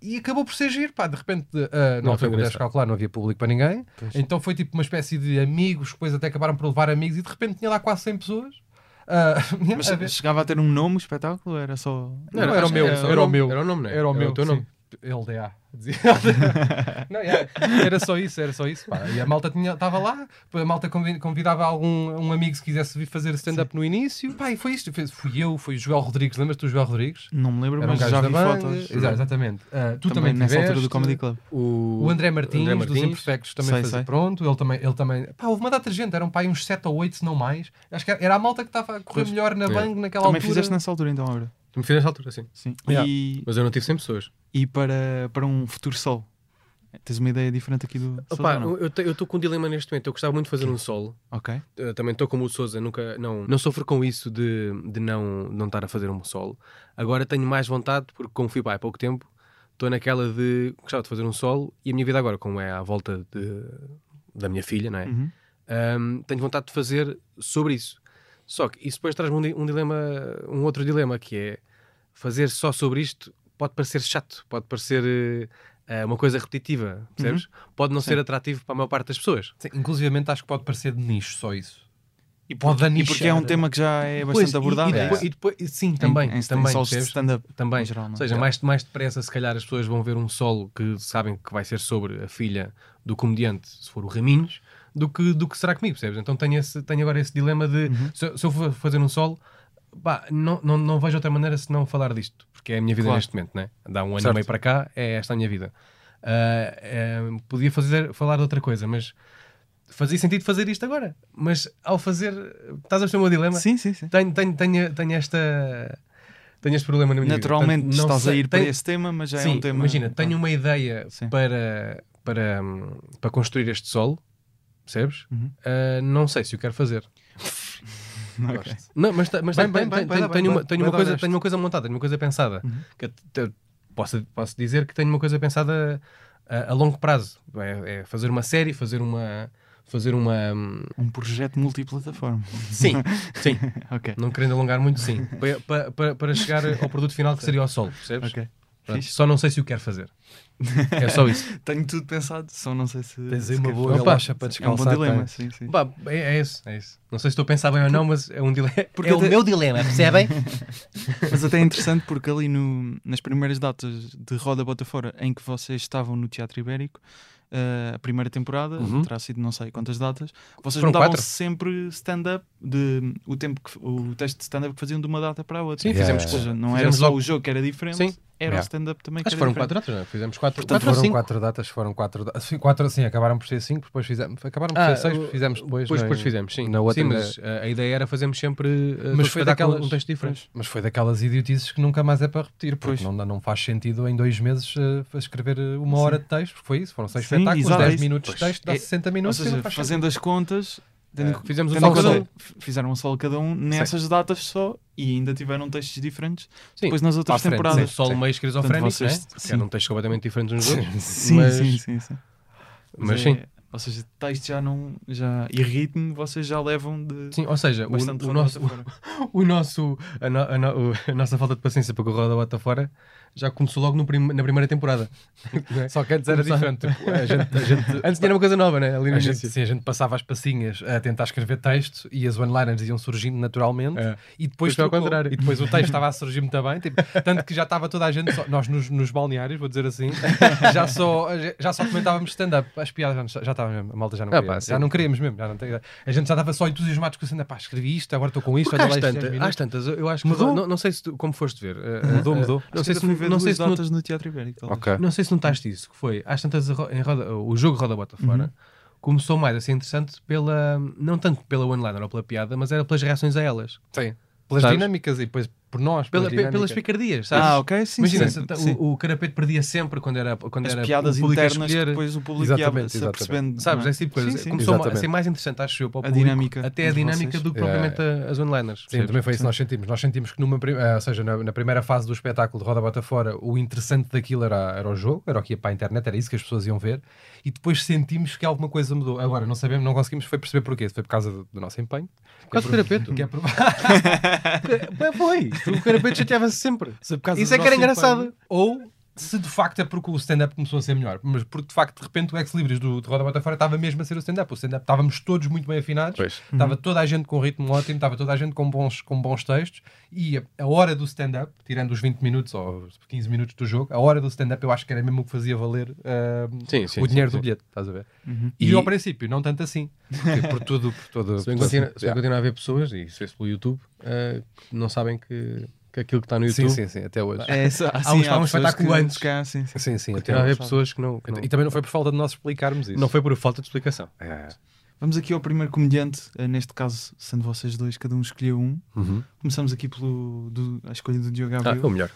S3: E acabou por ser giro, pá, de repente, ah,
S4: Não,
S3: não,
S4: foi
S3: foi
S4: engraçado.
S3: calcular, não havia público para ninguém. Então foi tipo uma espécie de amigos, depois até acabaram por levar amigos e de repente tinha lá quase 100 pessoas. Ah, yeah,
S1: Mas
S3: a ver.
S1: chegava a ter um nome o espetáculo? Era só.
S3: Não, era o
S4: acho que
S3: meu,
S4: só
S3: era o meu.
S4: Era o nome, não é?
S3: Era o meu,
S4: teu
S3: sim.
S4: nome.
S3: LDA. Dizia Não, yeah, Era só isso, era só isso. pá. E a malta estava lá, a malta convi- convidava algum um amigo se quisesse vir fazer stand-up no início. Pá, e foi isto. Fez- Fui eu, foi o Joel Rodrigues. Lembras-te do Joel Rodrigues?
S1: Não me lembro,
S3: Era um
S1: mas
S3: gajo
S1: já
S3: da
S1: vi
S3: banda.
S1: fotos.
S3: Exa- exatamente. Ah, tu
S1: também,
S3: também,
S1: nessa altura do
S3: tiveste.
S1: Comedy Club.
S3: O André Martins,
S4: André
S3: dos
S4: Martins.
S3: Imperfectos, também
S1: Sei,
S3: fazia.
S1: sei.
S3: Pronto, ele também. Ele também pá, houve uma data de gente, eram pá, aí uns 7 ou 8, se não mais. Acho que era a malta que estava a correr
S4: Pois.
S3: melhor na
S4: É.
S3: Bang naquela
S1: Também
S3: altura.
S1: fizeste nessa altura então, Aura.
S4: Tu me fiz nessa altura, sim.
S1: Sim.
S4: Yeah.
S1: E,
S4: Mas eu não tive 100 pessoas.
S1: e para, para um futuro sol? Tens uma ideia diferente aqui do Sousa,
S4: Opa,
S1: ou não?
S4: eu te- eu estou com um dilema neste momento. Eu gostava muito de fazer um solo.
S1: Ok.
S4: Uh, também estou como o Souza, nunca não, não sofro com isso de, de não, não estar a fazer um solo. Agora tenho mais vontade, porque como fui pai há pouco tempo, estou naquela de gostava de fazer um solo e a minha vida agora, como é à volta de- da minha filha, não é?
S1: Uhum.
S4: Um, tenho vontade de fazer sobre isso. Só que isso depois traz-me um, di- um dilema, um outro dilema, que é fazer só sobre isto pode parecer chato, pode parecer eh, eh, uma coisa repetitiva, percebes? Pode não ser atrativo para a maior parte das pessoas.
S3: Sim, inclusivamente acho que pode parecer de nicho só isso.
S1: E,
S3: Pode
S1: e porque é um
S3: anichar.
S1: tema que já é
S4: Pois,
S1: bastante
S4: e-
S1: abordado.
S4: E, depois,
S1: é.
S4: e depois- e sim, também.
S1: Em- em- em
S4: também, um
S1: solos de
S4: percebes?
S1: stand-up,
S4: também.
S1: em geral, não é?
S4: Ou seja, mais, mais depressa, se calhar, as pessoas vão ver um solo que sabem que vai ser sobre a filha do comediante, se for o Raminhos, do que, do que será comigo, percebes? Então tenho, esse, tenho agora esse dilema de
S1: Uhum.
S4: se, se eu for fazer um solo. pá, não, não, não vejo outra maneira se não falar disto, porque é a minha vida
S1: Claro.
S4: neste momento, né? Dá um ano
S3: Certo.
S4: e meio para cá, é esta a minha vida. Ah, eh, podia fazer, falar de outra coisa, mas fazia sentido fazer isto agora. Mas ao fazer, estás a perceber o meu dilema?
S1: Sim, sim, sim.
S4: Tenho, tenho, tenho, tenho esta. Tenho este problema na minha
S1: Naturalmente
S4: vida. Portanto, não
S1: estás a
S4: sei-
S1: ir para
S4: tenho-
S1: esse tema, mas já
S4: Sim,
S1: é um tema.
S4: Imagina, tenho uma ideia
S1: Sim.
S4: para, para, hum, para construir este solo, percebes?
S1: Uhum.
S4: Ah, não sei se o quero fazer.
S1: Ok.
S4: um- Gosto. Não, mas, ta- mas
S3: Bem,
S4: tenho-
S3: bem,
S4: tenho-
S3: bem, bem,
S4: tenho-
S3: bem,
S4: tenho uma-
S3: bem,
S4: tenho
S3: bem
S4: uma coisa-
S3: honesto.
S4: tenho uma coisa montada, tenho uma coisa pensada.
S1: Uhum.
S4: Que eu te- eu posso, posso dizer que tenho uma coisa pensada a, a longo prazo. É, é fazer uma série, fazer uma. Fazer uma. hum,
S1: Um projeto multiplataforma.
S4: Sim, sim.
S1: ok.
S4: Não querendo alongar muito, sim. Pa- pa- pa- Para chegar ao produto final que seria o solo, percebes?
S1: Ok.
S4: Pronto,
S1: Fixe.
S4: Só não sei se o quero fazer. É só isso.
S1: Tenho tudo pensado, só não sei se.
S3: Tens
S1: se
S3: aí uma
S1: quero
S3: boa
S1: falar.
S3: galocha
S1: É um
S3: para
S1: bom
S3: descalçar,
S1: dilema,
S3: tens.
S1: sim, sim.
S4: Pá, é, é isso, é isso. Não sei se estou a pensar bem ou não, mas é um dilema.
S1: Porque
S4: É o
S1: até-
S4: meu dilema, percebem?
S1: Mas até é interessante porque ali no- nas primeiras datas de Roda Bota Fora em que vocês estavam no Teatro Ibérico, eh, a primeira temporada,
S4: Uhum.
S1: terá sido não sei quantas datas, vocês
S4: Foram
S1: mudavam
S4: quatro.
S1: sempre stand-up, de- o, tempo que- o teste de stand-up que faziam de uma data para a outra.
S4: Sim,
S3: fizemos-
S1: Ou seja, não
S4: fizemos
S1: era só
S4: logo-
S1: o jogo que era diferente,
S4: Sim.
S1: era
S3: Yeah.
S1: o stand-up também que
S4: Acho que
S1: era
S4: foram
S1: diferente.
S4: quatro datas, não? é? Fizemos quatro.
S3: Portanto,
S4: quatro ou
S3: foram
S4: cinco.
S3: quatro datas, foram quatro datas. Sim, quatro, sim, acabaram por ser cinco, depois fizemos. Acabaram por
S4: Ah,
S3: ser seis,
S4: o-
S3: fizemos depois.
S4: Depois,
S3: não é?
S4: depois fizemos, sim.
S3: Na outra
S4: sim, mas ah, a ideia era fazermos sempre ah,
S3: Mas
S4: todo
S3: foi
S4: espetáculo
S3: daquelas-
S4: um texto diferente.
S3: Mas foi daquelas idiotices que nunca mais é para repetir,
S1: Pois.
S3: porque não, dá- não faz sentido em dois meses eh, escrever eh, uma hora de texto, porque foi isso, foram seis
S1: Sim,
S3: espetáculos,
S1: exato, é
S3: dez
S1: isso.
S3: minutos de
S1: Pois.
S3: texto, dá
S1: É-
S3: 60
S1: Ou
S3: minutos. e não
S1: seja,
S3: faz
S1: fazendo as contas, tendo,
S4: Ah, fizemos um
S1: tendo em
S4: solo
S1: conta-
S4: cada um.
S1: f- fizeram um solo cada um nessas datas só e ainda tiveram textos diferentes
S4: Sim,
S1: depois nas
S4: Para a
S1: outras
S4: frente,
S1: temporadas.
S4: sim, um solo meio esquizofrénico,
S1: Portanto, vocês-
S4: né? Porque
S1: sim.
S4: eram textos completamente diferentes uns dos outros.
S1: Sim,
S4: mas-
S1: sim, sim, sim.
S4: Mas
S1: é-
S4: sim.
S1: Ou seja, texto já não. Já, e ritmo vocês já levam de.
S4: Sim, ou seja, o,
S1: bastante
S4: o
S1: roda
S4: nosso,
S1: bota fora.
S4: o nosso, a, no- a no- o- a nossa falta de paciência para que o Roda Bota Fora já começou logo no prim- na primeira temporada. Não é?
S3: Só que antes era
S4: Começar-
S3: diferente. tipo, a gente- a gente-
S4: Antes tinha uma coisa nova, né? Ali no
S3: A gente,
S4: início.
S3: sim, a gente passava as passinhas a tentar escrever texto e as one-liners iam surgindo naturalmente
S4: É.
S3: e depois
S4: Depois foi ao
S3: trocou.
S4: contrário.
S3: E depois o texto estava a surgir muito bem, tipo, tanto que já estava toda a gente, só- nós nos, nos balneários, vou dizer assim, já só, já só comentávamos stand-up. As piadas já nos- já estavam mesmo, a malta já não
S4: Ah,
S3: queria.
S4: pá, sim.
S3: já não queríamos mesmo. Já não tem- a gente já estava só entusiasmados com o stand-up. Pá, escrevi isto, agora estou com isto,
S4: Porque
S3: olha lá
S4: às,
S3: isto.
S4: tantas, às tantas, eu acho que
S3: Mudou?
S4: Não, não sei se tu, como foste ver. eh,
S3: Mudou,
S4: eh,
S3: mudou.
S4: Não sei, se,
S1: Ainda fui ver
S4: não, sei
S1: duas
S4: se no-
S1: datas no Teatro Ibérico. talvez.
S2: Ok.
S4: não sei se notaste isso, que foi. Às tantas, a ro- em roda- o jogo Roda Bota Fora começou mais a ser interessante pela. Não tanto pela one-liner ou pela piada, mas era pelas reações a elas.
S3: Sim. Pelas
S4: Sabes?
S3: dinâmicas e depois por nós.
S4: Pela-
S3: Pela,
S4: pe- pelas picardias, sabes?
S1: Ah, ok, sim.
S4: Imagina,
S1: sim,
S4: se-
S1: sim.
S4: O, o Carapete perdia sempre quando era, quando
S1: As
S4: era
S1: piadas
S4: o público a
S1: internas que
S4: escolher.
S1: depois o público ia
S3: Exatamente,
S1: se
S3: exatamente.
S1: apercebendo.
S4: Sabes,
S1: não é?
S4: esse tipo de coisa.
S1: Sim, sim.
S4: Começou a
S3: Exatamente.
S4: ser mais interessante, acho eu, para o
S1: A
S4: público,
S1: dinâmica
S4: Até a
S1: de
S4: dinâmica
S1: vocês.
S4: do que propriamente a- as one-liners.
S3: Sim,
S4: percebes?
S3: também foi isso que nós sentimos. Nós sentimos que, numa, prim- eh, ou seja, na, na primeira fase do espetáculo de Roda Bota Fora, o interessante daquilo era, era o jogo, era o que ia para a internet, era isso que as pessoas iam ver. E depois sentimos que alguma coisa mudou. Agora, não sabemos, não conseguimos foi perceber porquê. Se foi por causa do, do nosso empenho.
S4: Por causa do Carapeto.
S3: Que é por...
S4: Bem, foi. O Carapeto chateava-se sempre.
S3: se por causa
S4: Isso
S3: do
S4: é que era
S3: nosso empenho,
S4: engraçado.
S3: Ou se de facto é porque o stand-up começou a ser melhor, mas porque de facto de repente o ex-libris do de Roda Bota Fora estava mesmo a ser o stand-up. O stand-up estávamos todos muito bem afinados,
S4: Pois.
S3: estava toda a gente com um ritmo ótimo, estava toda a gente com bons, com bons textos. E a, a hora do stand-up, tirando os 20 minutos ou os 15 minutos do jogo, a hora do stand-up eu acho que era mesmo o que fazia valer ah,
S4: Sim, sim,
S3: o dinheiro
S4: sim,
S3: do
S4: sim.
S3: bilhete, estás a ver? E,
S4: E,
S3: ao princípio, não tanto assim, Porque por tudo, por todo.
S4: se bem
S3: por-
S4: continua, se bem
S3: Yeah.
S4: continua a haver pessoas, e se vê-se pelo YouTube, ah, que não sabem que, que aquilo que está no
S3: Sim,
S4: YouTube.
S3: sim, sim, até hoje.
S1: É, essa- assim,
S3: uns- há uns
S1: pessoas
S3: espetáculo
S1: que-
S3: antes.
S1: que há, sim, sim.
S3: Sim, sim, até
S4: Continua a haver
S3: hoje. Então,
S4: pessoas que não. que não-
S3: E também não foi por falta de nós explicarmos isso.
S4: não foi por falta de explicação.
S1: Vamos aqui ao primeiro comediante, eh, neste caso, sendo vocês dois, cada um escolheu um. Começamos aqui pelo do, a escolha do Diogo
S4: Uhum. Ah,
S1: Abreu.
S4: ou melhor.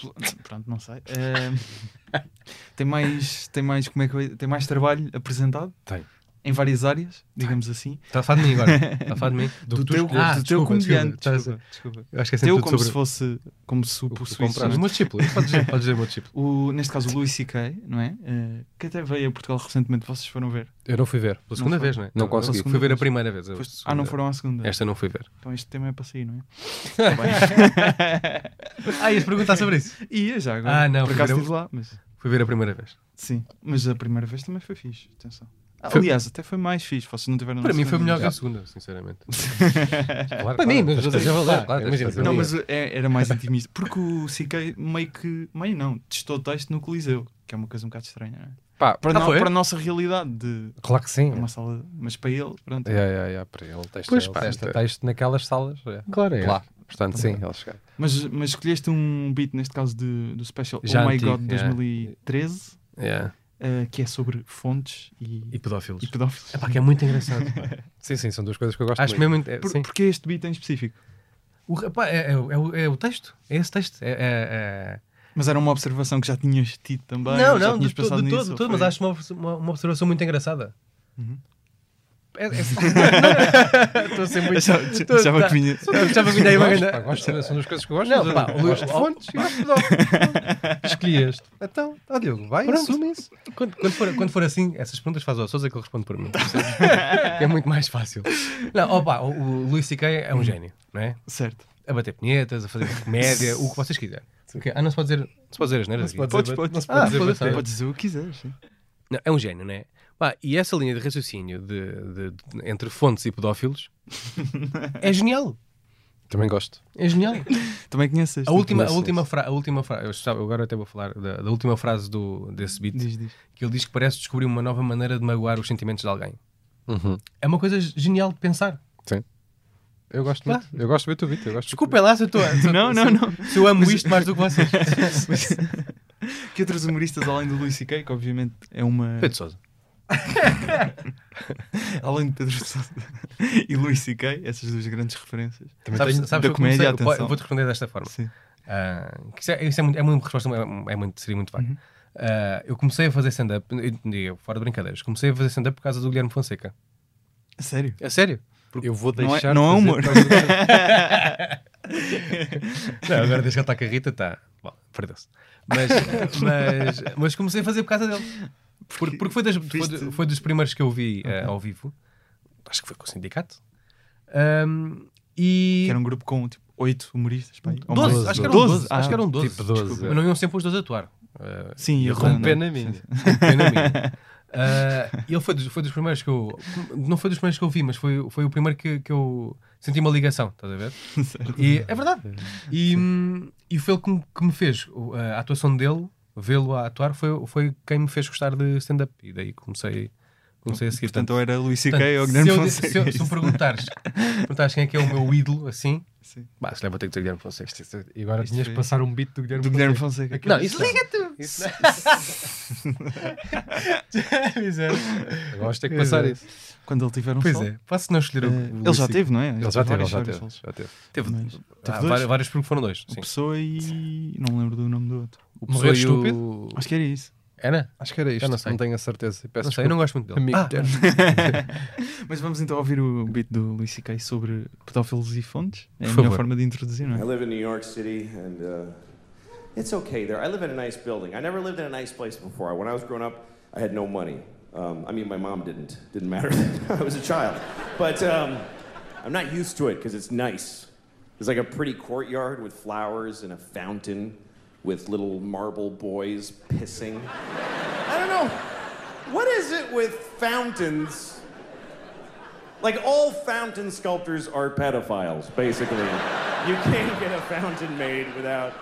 S1: Pelo- Pronto, não sei. Eh, tem mais, tem mais, como é que eu ia- tem mais trabalho apresentado?
S4: Tem.
S1: Em várias áreas, digamos assim.
S3: Está a falar de mim agora.
S4: Está a falar tá de mim?
S1: Do,
S4: que tu
S1: teu,
S4: escolhes. Ah,
S1: do teu
S4: desculpa,
S1: comediante.
S4: desculpa, estás-
S1: Desculpa, desculpa.
S4: Eu acho que é sempre
S1: Teu
S4: tudo
S1: como
S4: sobre
S1: se fosse, como se
S4: o que tu
S1: possuísse.
S4: compraste.
S1: um-
S4: Uma discípula. Podes dizer, podes dizer uma discípula.
S1: O, neste caso, o Louis C.K., não é? Eh, que até veio a Portugal recentemente, vocês foram ver.
S4: Eu não fui ver. Pela segunda
S1: foi.
S4: vez, não é?
S1: Não
S4: Não
S1: consegui.
S4: consegui.
S1: Pela
S4: Fui ver
S1: segunda
S4: a primeira vez. a
S1: Foste- Ah,
S4: segunda-
S1: não foram à segunda.
S4: Esta não fui ver.
S1: Então este tema é para sair, não é?
S3: Ah, ias perguntar sobre isso.
S1: Ia já agora.
S4: Ah, não,
S1: por acaso
S4: primeiro-
S1: estive lá, mas.
S4: Fui ver a primeira vez.
S1: Sim, mas a primeira vez também foi fixe, atenção.
S4: Foi-
S1: Aliás, até foi mais fixe, vocês não tiveram
S4: Para
S1: na
S4: mim
S1: segunda
S4: foi melhor
S1: vez.
S4: que a segunda, sinceramente.
S3: É, Para
S4: mim, mas vocês já valeram. Imagina,
S1: Não,
S4: Sim.
S1: mas é- era mais intimista, porque o CK meio que, meio não, testou texto no Coliseu, que é uma coisa um bocado estranha, não é?
S4: Pá,
S1: Para,
S4: ah,
S1: no-
S4: foi?
S1: para a nossa realidade de
S3: Claro que sim.
S1: é uma sala, mas para ele, pronto.
S3: É, é, é, para ele testa,
S4: Pois
S3: ele
S4: pá,
S3: testa
S4: então.
S3: texto naquelas salas. é.
S4: Claro, é.
S3: Lá.
S4: Portanto, sim, eles chegaram.
S1: Mas, mas escolheste um beat, neste caso de, do special
S4: Já
S1: Oh My
S4: antigo,
S1: God de
S4: é.
S1: 2013,
S4: Yeah.
S1: eh, que é sobre fontes e,
S4: E pedófilos.
S1: e pedófilos.
S4: É pá, que é muito engraçado. pá.
S3: Sim, sim, são duas coisas que eu gosto
S4: Acho
S3: muito.
S4: mesmo. inte-
S1: Por,
S4: sim.
S1: Porquê este beat em específico?
S4: O, rapá, é, é, o- é o- é o texto. É esse texto. É, é- é-
S1: Mas era uma observação que já tinhas tido também?
S4: Não,
S1: ou já
S4: não,
S1: tinhas
S4: de, to-
S1: pensado
S4: de
S1: nisso,
S4: todo, de
S1: ou
S4: todo, mas
S1: foi-
S4: acho uma, obs- uma, uma observação muito engraçada.
S1: Uhum.
S4: É- é- Estou a ser muito.
S1: Achava-
S4: estou-
S1: achava que
S4: tá-
S1: vinha-
S4: Achava que vinha aí uma
S3: Gosto,
S4: grande-
S3: pá, gosto, são duas coisas que eu gosto.
S4: Não,
S3: mas
S4: pá,
S3: eu
S4: o-
S3: gosto de
S4: o-
S3: fontes e gosto de pedófilos. Escolhi este. Então, ó Diogo, vai,
S4: Pronto.
S3: assume isso.
S4: Quando, quando for, quando for assim, essas perguntas faz ao Sousa que ele responde por mim. é muito mais fácil. Não, opa, o, o Luís C.K. é um gênio, não é?
S1: Certo.
S4: A bater punhetas, a fazer comédia, o que vocês quiserem. O quê? Ah, não se pode dizer, não se pode dizer as neiras. aqui?
S1: Podes, podes.
S3: Não se
S1: Ah,
S3: pode dizer
S1: podes,
S3: bastante.
S1: podes dizer o que quiseres. sim.
S4: Não, é um gênio, não é? Pá, e essa linha de raciocínio de, de- de- entre fontes e pedófilos é genial.
S3: Também gosto.
S4: É genial.
S1: Também conheces.
S4: A última, a
S3: conheço
S4: última frase, a última fra... eu estava- agora até vou falar da, da última frase do, desse beat,
S1: Diz, diz.
S4: que ele diz que parece descobrir uma nova maneira de magoar os sentimentos de alguém.
S3: Uhum.
S4: É uma coisa genial de pensar.
S3: Eu gosto
S4: Claro.
S3: muito. Eu gosto muito do Vitor. eu gosto
S4: Desculpem lá se eu estou. a- se eu-
S1: Não,
S4: se eu-
S1: não, não.
S4: Se eu amo isto mais do que vocês.
S1: Que outros humoristas, além do Luís C.K., que obviamente é uma...
S4: Pedro Sousa.
S1: Além de Pedro Sousa e Luís C.K., essas duas grandes referências.
S3: Também
S4: Sabes,
S3: tenho-
S4: sabes
S1: da
S4: que eu comecei-
S1: comédia,
S4: eu po-
S1: atenção.
S4: eu vou-te responder desta forma.
S1: Sim.
S4: Ah, que isso é, isso é muito, é uma resposta, é, é muito, seria muito vaga.
S1: Uhum.
S4: Ah, eu comecei a fazer stand-up, eu- eu- fora de brincadeiras, comecei a fazer stand-up por causa do Guilherme Fonseca.
S1: A sério?
S4: É sério?
S3: Eu vou
S1: Não é-
S3: deixar.
S1: não é
S3: de
S1: humor.
S3: fazer-
S4: Não, agora desde que ele está com a Rita, está. Bom, perdeu-se. Mas, mas, mas comecei a fazer por causa dele. Porque, porque foi, das- foi,
S1: viste-
S4: do- foi dos primeiros que eu vi eh, ao vivo. Acho que foi com o sindicato.
S1: Uhum.
S4: Ahm, e.
S1: Que era um grupo com, tipo, oito humoristas, pá. aí.
S3: um
S1: Ou
S4: Doze,
S1: mais.
S4: acho que eram
S1: Doze?
S4: doze, acho
S1: Ah,
S4: que eram doze.
S3: Tipo 12.
S4: Mas não iam sempre os dois atuar. Ah,
S1: Sim, eu
S4: rompendo
S1: também,
S3: Pena é minha.
S4: Pena minha. Ah, ele foi dos, foi dos primeiros que eu. Não foi dos primeiros que eu vi, mas foi, foi o primeiro que, que eu senti uma ligação, estás a ver? E, é verdade. E, hum, e foi ele que me, que me fez. o- A atuação dele, vê-lo a atuar, foi, foi quem me fez gostar de stand-up. E daí comecei, comecei a seguir.
S1: Portanto, ou
S4: tanto.
S1: era Luís
S4: Portanto,
S1: C.K. ou
S4: se,
S1: Guilherme
S4: eu-
S1: Fonseca. é
S4: se, eu- se me perguntares, perguntares quem é que é o meu ídolo, assim,
S1: Sim.
S4: bah, se leva a ter que dizer Guilherme Fonseca.
S3: E agora
S1: Isto é
S3: tinhas
S1: foi-
S3: que passar um beat do Guilherme.
S1: Do Guilherme Fonseca.
S3: Aquilo-
S4: isso liga-te!
S3: Eu Gosto de ter que passar
S1: Pois é.
S3: isso.
S1: Quando ele tiver um
S4: Pois
S1: sol.
S4: é, posso não escolher o.
S1: Eh,
S4: o
S1: ele já
S4: Luís-
S1: teve, não é?
S3: Ele já teve, ele
S1: vários
S3: já
S1: solos.
S3: teve. Já teve.
S4: Teve,
S1: Mas-
S4: ah,
S1: dois?
S4: várias- Várias porque foram dois.
S1: O
S4: Sim.
S1: Pessoa e. Não me lembro do nome do outro.
S4: O
S3: Morrer
S4: Pessoa e o-
S1: Acho que era isso.
S4: Era?
S3: Acho que era isto.
S4: não
S3: Não,
S4: sei.
S3: tenho a certeza. Peço
S4: Não sei, eu não gosto muito
S3: desculpa.
S4: dele.
S3: Amigo
S4: Ah,
S3: eterno.
S1: Mas vamos então ouvir o beat do Luís C.K. sobre pedófilos e fontes. É a
S4: Por
S1: melhor
S4: favor.
S1: forma de introduzir, não
S5: I
S1: é?
S5: live in New York City, and uh, it's okay there. I live in a nice building. I never lived in a nice place before. When I was growing up, I had no money. Um, I mean, my mom didn't. Didn't matter. I was a child, but um, I'm not used to it because it's nice. There's like a pretty courtyard with flowers and a fountain with little marble boys pissing. I don't know. What is it with fountains? Like all fountain sculptors are pedophiles, basically. you can't get a fountain made without.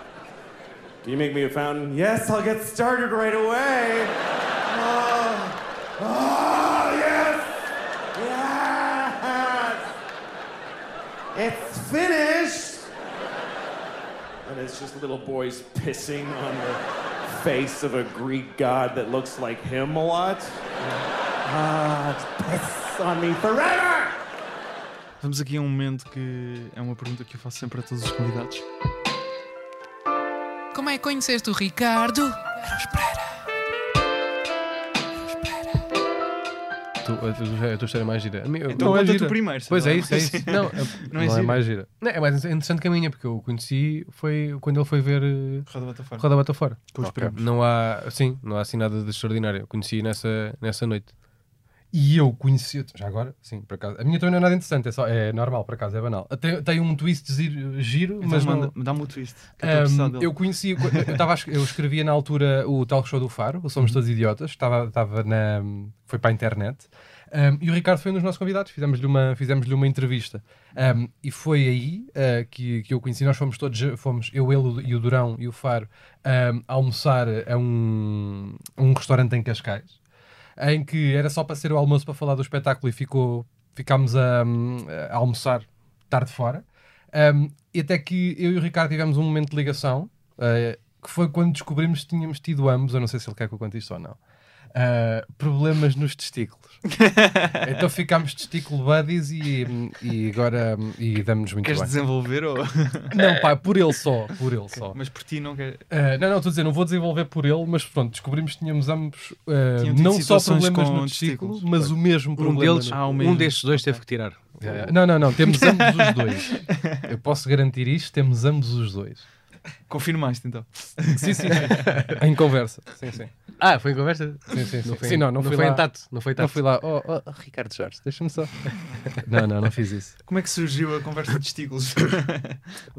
S5: Can you make me a fountain? Yes, I'll get started right away. Oh, oh yes, yes. It's finished. And it's just little boys pissing on the face of a Greek god that looks like him a lot. Ah, piss on me forever.
S1: Vamos aqui a um momento que é uma pergunta que eu faço sempre a todos os convidados.
S6: Como é que conheceste o Ricardo? Eros Pereira.
S3: Tu- a, tu- a tua história é mais gira. A minha-
S1: Então
S3: não é
S1: conta tu
S3: gira.
S1: primeiro,
S3: Pois
S1: senão
S3: é,
S1: é
S3: isso, é
S1: mais
S3: isso. Não, é,
S1: Não
S3: não
S1: é
S3: é,
S1: gira.
S3: mais gira. Não, é mais interessante que a minha, porque eu o conheci foi quando ele foi ver eh,
S1: Roda bota fora.
S3: Roda Bota Fora.
S1: Com os
S3: Ok.
S1: primos.
S3: Não há, sim, não há assim nada de extraordinário. Eu conheci nessa, nessa noite. E eu conheci, já agora, sim, por acaso. A minha também não é nada interessante, é, só, é normal, por acaso, é banal. Até tem um twist giro, giro
S1: Então
S3: mas
S1: manda,
S3: não,
S1: dá-me o twist. que eu estou a precisar
S3: um,
S1: dele.
S3: eu conheci, eu, tava, a es- eu escrevia na altura o talk show do Faro, o Somos Todos Idiotas, estava, estava na, foi para a internet, um, e o Ricardo foi um dos nossos convidados, fizemos-lhe uma, fizemos uma entrevista. Um, e foi aí uh, que, que eu conheci, nós fomos todos, fomos eu, ele o- e o Durão e o Faro, um, almoçar a um, a um restaurante em Cascais, em que era só para ser o almoço para falar do espetáculo e ficou, ficámos a, hum, a almoçar tarde fora. Um, e até que eu e o Ricardo tivemos um momento de ligação, eh, que foi quando descobrimos que tínhamos tido ambos, eu não sei se ele quer que eu conte isto ou não, eh, problemas nos testículos. então ficámos testículo buddies e, e agora hum, e damos-nos muito
S1: Queres
S3: bem.
S1: desenvolver ou.
S3: Não, pá, por ele só, por ele só.
S1: Mas por ti não quer.
S3: Eh, não, não, estou a dizer, não vou desenvolver por ele, mas pronto, descobrimos que tínhamos ambos eh,
S1: Tinham tido
S3: não só
S1: situações
S3: problemas
S1: com
S3: no testículo,
S1: testículos.
S3: mas o mesmo
S4: Um
S3: problema.
S4: deles,
S3: no-
S1: Ah, o mesmo.
S4: um destes dois teve que tirar.
S3: Eh, Não, não, não, temos ambos os dois. Eu posso garantir isto, temos ambos os dois.
S1: Confirmaste então.
S3: Sim, sim. em conversa. Sim, sim.
S4: Ah, foi em conversa?
S3: Sim, sim, sim.
S4: Não foi,
S3: Sim, não, não fui
S4: foi
S3: lá.
S4: em tato. Não foi em tato.
S3: Não fui lá, oh, oh, Ricardo Jorge, deixa-me só. não, não, não fiz isso.
S1: Como é que surgiu a conversa de testículos?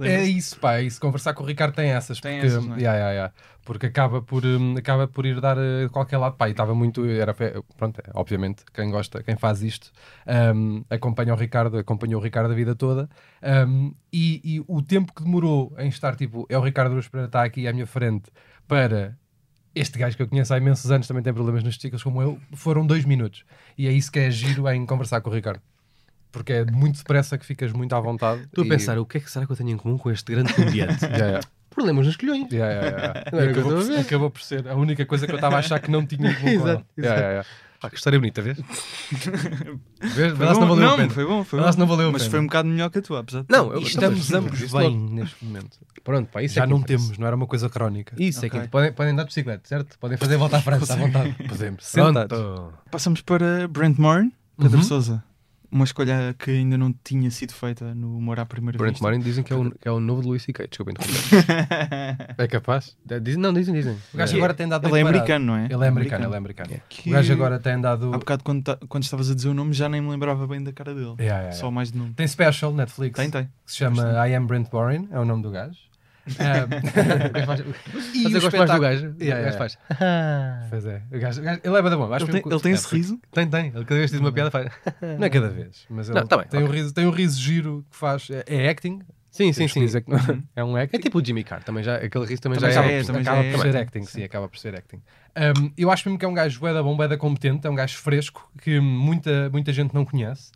S3: É isso, pá, é isso. Conversar com o Ricardo tem essas.
S1: Tem
S3: porque,
S1: essas, não é?
S3: Ya, ya, ya. porque acaba, por, hum, acaba por ir dar a qualquer lado, pá, e estava muito. Era, fe- pronto, é, obviamente, quem gosta, quem faz isto, hum, acompanha o Ricardo, acompanhou o Ricardo a vida toda. hum, e, e o tempo que demorou em estar, tipo, é o Ricardo Luz Pereira está aqui à minha frente para este gajo que eu conheço há imensos anos também tem problemas nos testículos como eu, foram dois minutos. E é isso que é giro em conversar com o Ricardo. Porque é muito depressa que ficas muito à vontade.
S4: Estou a
S3: e-
S4: pensar, o que é que será que eu tenho em comum com este grande comediante?
S3: Ya, ya.
S4: Problemas nos colhões.
S3: Yeah, yeah, yeah.
S4: Não era o que eu
S3: acabou,
S4: estou a
S3: por,
S4: ver.
S3: acabou por ser a única coisa que eu estava a achar que não tinha em comum com ela.
S4: Exato,
S3: Yeah, yeah,
S4: Pá, que história bonita, vês?
S3: yeah. Vê-
S1: Foi
S3: vê lá se
S1: bom,
S3: não valeu a
S1: não,
S3: pena.
S1: foi bom, foi
S3: Vê lá
S1: bom.
S3: se não valeu a
S1: Mas
S3: pena.
S1: foi um bocado melhor que a tua, apesar de
S4: Não, eu-
S3: Estamos ambos
S4: Isto
S3: bem
S4: logo.
S3: neste momento.
S4: Pronto, pá, isso
S3: Já
S4: é que
S3: não
S4: interessa.
S3: temos, não era uma coisa crónica.
S4: Isso é que
S1: Ok.
S4: interessa.
S3: Podem, podem andar de bicicleta, certo? Podem fazer a volta à França à vontade. Podemos. Pronto.
S4: Pronto.
S1: Passamos para Brent Morin, Pedro Sousa. Uma escolha que ainda não tinha sido feita no Humor à Primeira
S3: Brent
S1: Vista.
S3: Morin dizem que é o, que é o novo de Luís C.K. Desculpem. é capaz? Dizem, não, dizem, dizem. O gajo agora tem dado
S1: Ele é americano, tipo- não é?
S3: Ele é americano, ele é americano.
S1: Que- Ah,
S3: O gajo agora tem
S1: Há
S3: dado.
S1: bocado, quando, ta- quando estavas a dizer o nome, já nem me lembrava bem da cara dele.
S3: Yeah, yeah, yeah.
S1: Só mais de nome.
S3: Tem special Netflix.
S1: É, Tem, tá. tem.
S3: que se chama I Am Brent Warren, é o nome do gajo. Ah, e
S4: Mas eu gosto mais do gajo.
S3: Yeah, yeah.
S4: O gajo faz.
S3: Pois é, o gajo, o gajo- ele é bada bom. Acho
S1: Ele
S3: mesmo
S1: tem,
S3: que-
S1: ele tem
S3: é,
S1: esse riso?
S4: Tem, tem. Ele cada vez diz uma piada faz.
S3: porque- Não é cada vez, mas ele
S4: Não, tá bem,
S3: tem, um riso, tem um riso giro que faz. É, é acting?
S4: Sim, sim,
S3: Temos que
S4: sim.
S3: dizer que não- é um acting.
S4: É tipo o Jimmy Carr, também já, aquele riso também,
S1: Também
S4: já,
S1: já
S4: é.
S1: é, também
S3: acaba
S1: já
S3: por
S1: é.
S3: ser acting, sim, acaba por ser acting. Um, eu acho mesmo que é um gajo boeda bom, boeda competente, é um gajo fresco que muita, muita gente não conhece.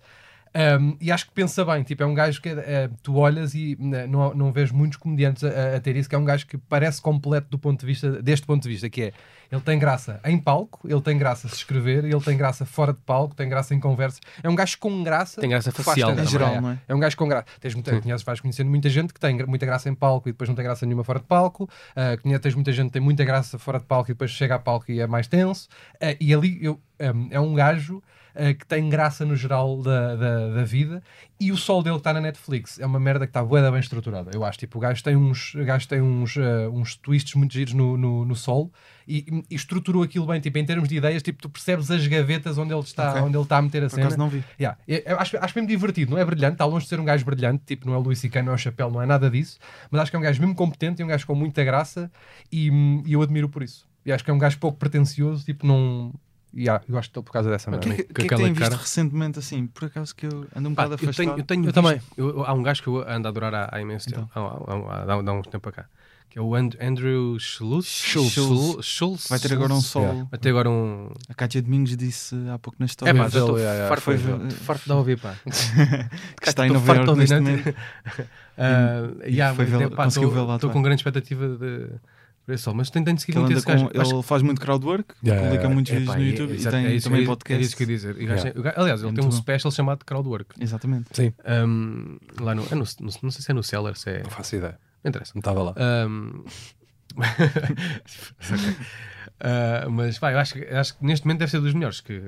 S3: Um, e acho que pensa bem, tipo, é um gajo que eh, tu olhas e né, não, não vês muitos comediantes a, a ter isso, que é um gajo que parece completo do ponto de vista, deste ponto de vista, que é ele tem graça em palco, ele tem graça a se escrever, ele tem graça fora de palco, tem graça em conversas, é um gajo com graça,
S4: Tem graça
S3: que faz
S4: facial
S3: stand-up.
S1: em geral,
S3: É,
S1: não é?
S3: é um gajo com graça. Tens muita, conheces, vais conhecendo muita gente que tem gra- muita graça em palco e depois não tem graça nenhuma fora de palco. Ah, conhe- tens muita gente que tem muita graça fora de palco e depois chega a palco e é mais tenso. Ah, e ali eu um, é um gajo uh, que tem graça no geral da, da, da vida e o sol dele que está na Netflix é uma merda que está bué da bem estruturada. Eu acho, tipo, o gajo tem uns, o gajo tem uns, uh, uns twists muito giros no, no, no sol e, e estruturou aquilo bem, tipo, em termos de ideias, tipo, tu percebes as gavetas onde ele está,
S1: Ok.
S3: onde ele está a meter a
S1: Por
S3: cena.
S1: acaso não vi.
S3: Yeah. Eu- eu acho, acho mesmo divertido, não é brilhante, está longe de ser um gajo brilhante, tipo, não é o Luís C.K., não é o Chapéu, não é nada disso, mas acho que é um gajo mesmo competente e um gajo com muita graça e, hum, e eu admiro por isso. E acho que é um gajo pouco pretencioso, tipo, não. Yeah, eu gosto dele por causa dessa
S1: O
S3: merda.
S1: que, é que- que
S4: Com
S1: é que
S4: aquela
S1: têm visto
S4: cara.
S1: recentemente assim? Por acaso que eu ando um
S4: Pá,
S1: bocado
S4: eu
S1: afastado.
S4: tenho, eu tenho
S7: Eu
S4: visto-
S7: também.
S4: eu- há um gajo que eu ando a adorar há, há imenso tempo. Há, há- há- há- dá um tempo para cá. Que é o And- Andrew Schultz.
S1: Schultz.
S4: Schultz. Schultz.
S1: Vai ter agora um sol.
S4: Vai ter agora um.
S1: A Cátia Domingos disse há pouco na história
S4: É pá,
S1: que
S4: já estou
S3: yeah, yeah.
S4: farto
S1: Foi
S4: de-
S1: ver-
S4: farto de ouvir, pá.
S1: está em
S4: estou
S1: Nova
S4: farto de
S1: Iorque
S4: ouvir,
S1: neste
S4: não é?
S1: momento.
S4: Ah,
S1: E
S4: yeah,
S1: Hum. foi
S4: mas,
S1: vê-la-
S4: pá,
S1: conseguiu
S4: tô-
S1: vê-la
S4: Estou
S1: atuar.
S4: com grande expectativa de. Para esse sol. Mas tenho tenho de seguir
S1: Que ele,
S4: muito
S1: anda
S4: esse gajo.
S1: com-
S4: Acho-
S1: ele faz muito crowdwork,
S7: Yeah, yeah,
S1: publica
S7: yeah.
S1: muitos vídeos
S4: Epá,
S1: no
S4: é-
S1: YouTube e
S4: exato,
S1: tem
S4: é isso-
S1: também
S4: é-
S1: podcast.
S4: É isso que eu ia dizer. E o gajo
S7: Yeah.
S4: tem- o gajo- aliás, ele
S1: É
S4: tem um
S1: muito bom.
S4: special chamado Crowdwork.
S1: Exatamente.
S4: Um, lá no, é no- no- Não sei se é no Seller, se é.
S7: Não faço ideia.
S4: Não interessa.
S7: Não estava lá.
S4: Um, Ok. Uh, mas vai, eu acho, que- acho que neste momento deve ser dos melhores que,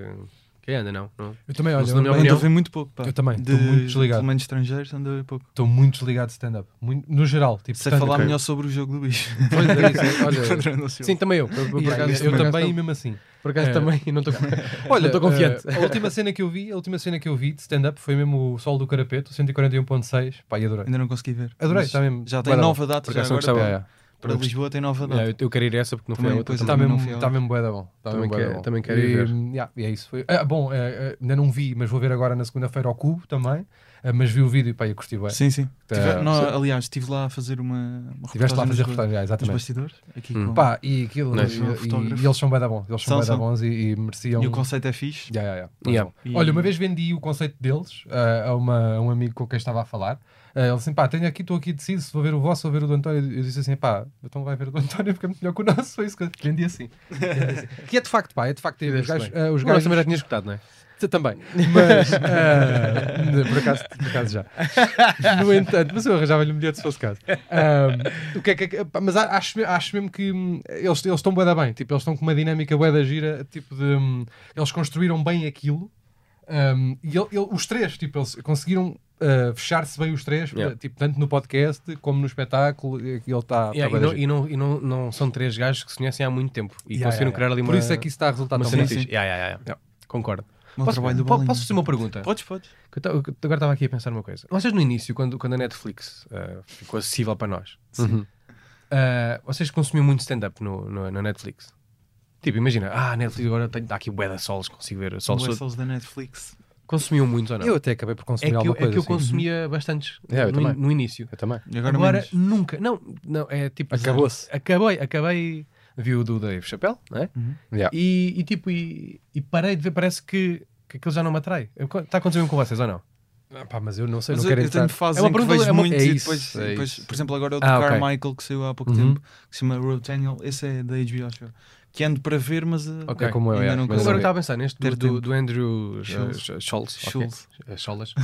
S4: que anda, não? não?
S3: Eu também,
S4: Não
S3: olha,
S4: sou da
S1: Anda
S3: eu-
S4: minha
S1: a
S4: opinião.
S1: ver muito pouco, pá.
S3: Eu também,
S1: De
S3: estou muito desligado.
S1: pelo menos estrangeiros, anda a ver pouco.
S3: estou muito desligado de stand-up. Muito- No geral, tipo,
S1: Sei
S3: stand-up.
S1: falar melhor sobre o jogo do bicho.
S4: Pois é, isso, olha,
S1: Quando eu não sei.
S4: sim, também eu. Por, por
S3: Yeah,
S4: acaso,
S3: eu
S4: por acaso
S3: também, e
S4: não-
S3: mesmo assim.
S4: por acaso
S3: É.
S4: também, não estou
S3: Olha,
S4: estou confiante.
S3: eh, a última cena que eu vi, a última cena que eu vi de stand-up foi mesmo o Sol do Carapeto, 141.6. Pá, e adorei.
S1: Ainda não consegui ver.
S3: Adorei,
S1: Mas
S3: está mesmo.
S1: Já tem
S3: Bué da
S1: nova data, já
S4: acaso não
S1: agora
S4: gostava.
S1: para-
S4: Yeah,
S1: para
S4: Eu gost-
S1: Lisboa tem nova data.
S4: ah, Yeah, eu, eu quero ir a essa porque não foi
S1: Também
S4: a outra.
S1: depois
S3: Está
S4: Também.
S1: Também não
S3: mesmo,
S1: fui
S3: tá
S1: lá.
S3: mesmo bué da bom. Tá
S4: Também
S3: mesmo bué
S4: quero-
S3: da bom.
S4: também quero
S3: e,
S4: ir ver.
S3: yeah, e é isso. Foi. Ah, bom, eh, eh, ainda não vi, mas vou ver agora na segunda-feira ao Cubo também. Eh, mas vi o vídeo e pá, eu curti bem.
S1: Sim, sim.
S3: Tá.
S1: Tive- não, aliás, estive lá a fazer uma, uma
S3: Estiveste lá a
S1: nos
S3: fazer
S1: ba-
S3: reportagem, já,
S1: nos
S3: exatamente.
S1: bastidores. Aqui
S4: Hum.
S1: com-
S3: Pá, e aquilo.
S4: Não, é
S3: e-
S1: sou um
S3: e,
S1: fotógrafo.
S3: e eles são bué da bom. Eles são
S1: São,
S3: bué da
S1: são.
S3: bons e, e mereciam.
S1: E o conceito é fixe.
S3: Yeah, yeah, yeah.
S4: Yeah.
S1: E-
S3: Olha, uma vez vendi o conceito deles ah, a, uma- a um amigo com quem estava a falar. Ah, ele disse assim, pá, tenho aqui, estou aqui, decido se vou ver o vosso ou ver o do António. Eu disse assim, pá, então vai ver o do António porque é muito melhor que o nosso. Foi isso que eu vendi assim. Vendi assim. que é de facto, pá, é de facto. é- Os gajos, ah, os
S4: Mas
S3: gajos
S4: também já tinha escutado, não é?
S3: T- Também. Mas, ah, por, acaso, por acaso já. No entanto, mas eu arranjava-lhe um bilhete se fosse caso. Ah, o que é que- pá, mas a- acho, me- acho mesmo que hum, eles, eles estão bué da bem. Tipo, eles estão com uma dinâmica bué da gira. Tipo de, hum, eles construíram bem aquilo. hum, e ele- ele- os três, tipo, eles conseguiram ah, fechar-se bem os três.
S4: Yeah.
S3: Tipo, tanto no podcast como no espetáculo. e Ele tá, está...
S4: Yeah, e não, e não, e não, não são três gajos que se conhecem há muito tempo e conseguiram criar ali uma.
S3: Por isso é que isso está a resultar
S4: uma
S3: tão
S4: cena
S3: bem.
S4: fixe.
S1: sim.
S4: Yeah, yeah, yeah, yeah. Concordo.
S1: Bom
S4: Posso,
S1: trabalho do
S4: po-
S1: Bolinha.
S4: posso fazer uma pergunta?
S1: Podes, podes.
S4: Que eu ta- que agora estava aqui a pensar uma coisa. Vocês no início, quando, quando a Netflix ah, ficou acessível para nós, Uhum. ah, vocês consumiam muito stand-up no, no- na Netflix? Tipo, imagina, ah, a Netflix agora tem, dá aqui bué de solos, consigo ver solos.
S1: Não é
S4: todos.
S1: só os da Netflix.
S4: Consumiam muito ou não?
S3: Eu até acabei por
S4: é
S3: consumir
S4: que eu,
S3: alguma
S4: é
S3: coisa.
S4: que eu
S3: assim.
S4: consumia bastantes
S7: É, eu
S4: no, in-
S7: também.
S4: no início.
S7: Eu também.
S1: E agora,
S4: Agora,
S1: agora
S4: nunca, não, não, é tipo...
S7: Acabou-se.
S4: Acabei, acabei, vi o do Dave Chappelle, não é?
S7: Yeah.
S4: E, e tipo, e, e parei de ver, parece que, que aquilo já não me atrai. Está acontecendo com vocês ou não?
S3: Ah, pá, mas eu não sei,
S1: Mas
S3: não
S1: eu,
S3: quero
S1: eu
S3: entrar.
S1: tenho fases
S4: É uma
S1: em que
S4: pergunta-
S1: vejo
S4: é uma-
S1: muito
S4: é
S1: e
S4: isso,
S1: depois,
S4: é
S1: depois- por exemplo, agora é o do
S4: Ah, ok.
S1: Carmichael que saiu há pouco
S4: Uhum.
S1: tempo, que se chama Road Daniel, esse é da HBO Show, que ando para ver, mas uh,
S4: Ok.
S3: É como eu,
S1: ainda
S3: é.
S1: não
S4: Mas
S3: Mas
S1: consegui.
S4: agora eu estava a pensar neste
S1: um Ter
S4: do, do,
S1: tempo.
S4: do Andrew
S1: Schultz.
S4: Sch- Sch- Schultz, ok.
S1: Schultz.
S4: Eh, Scholas,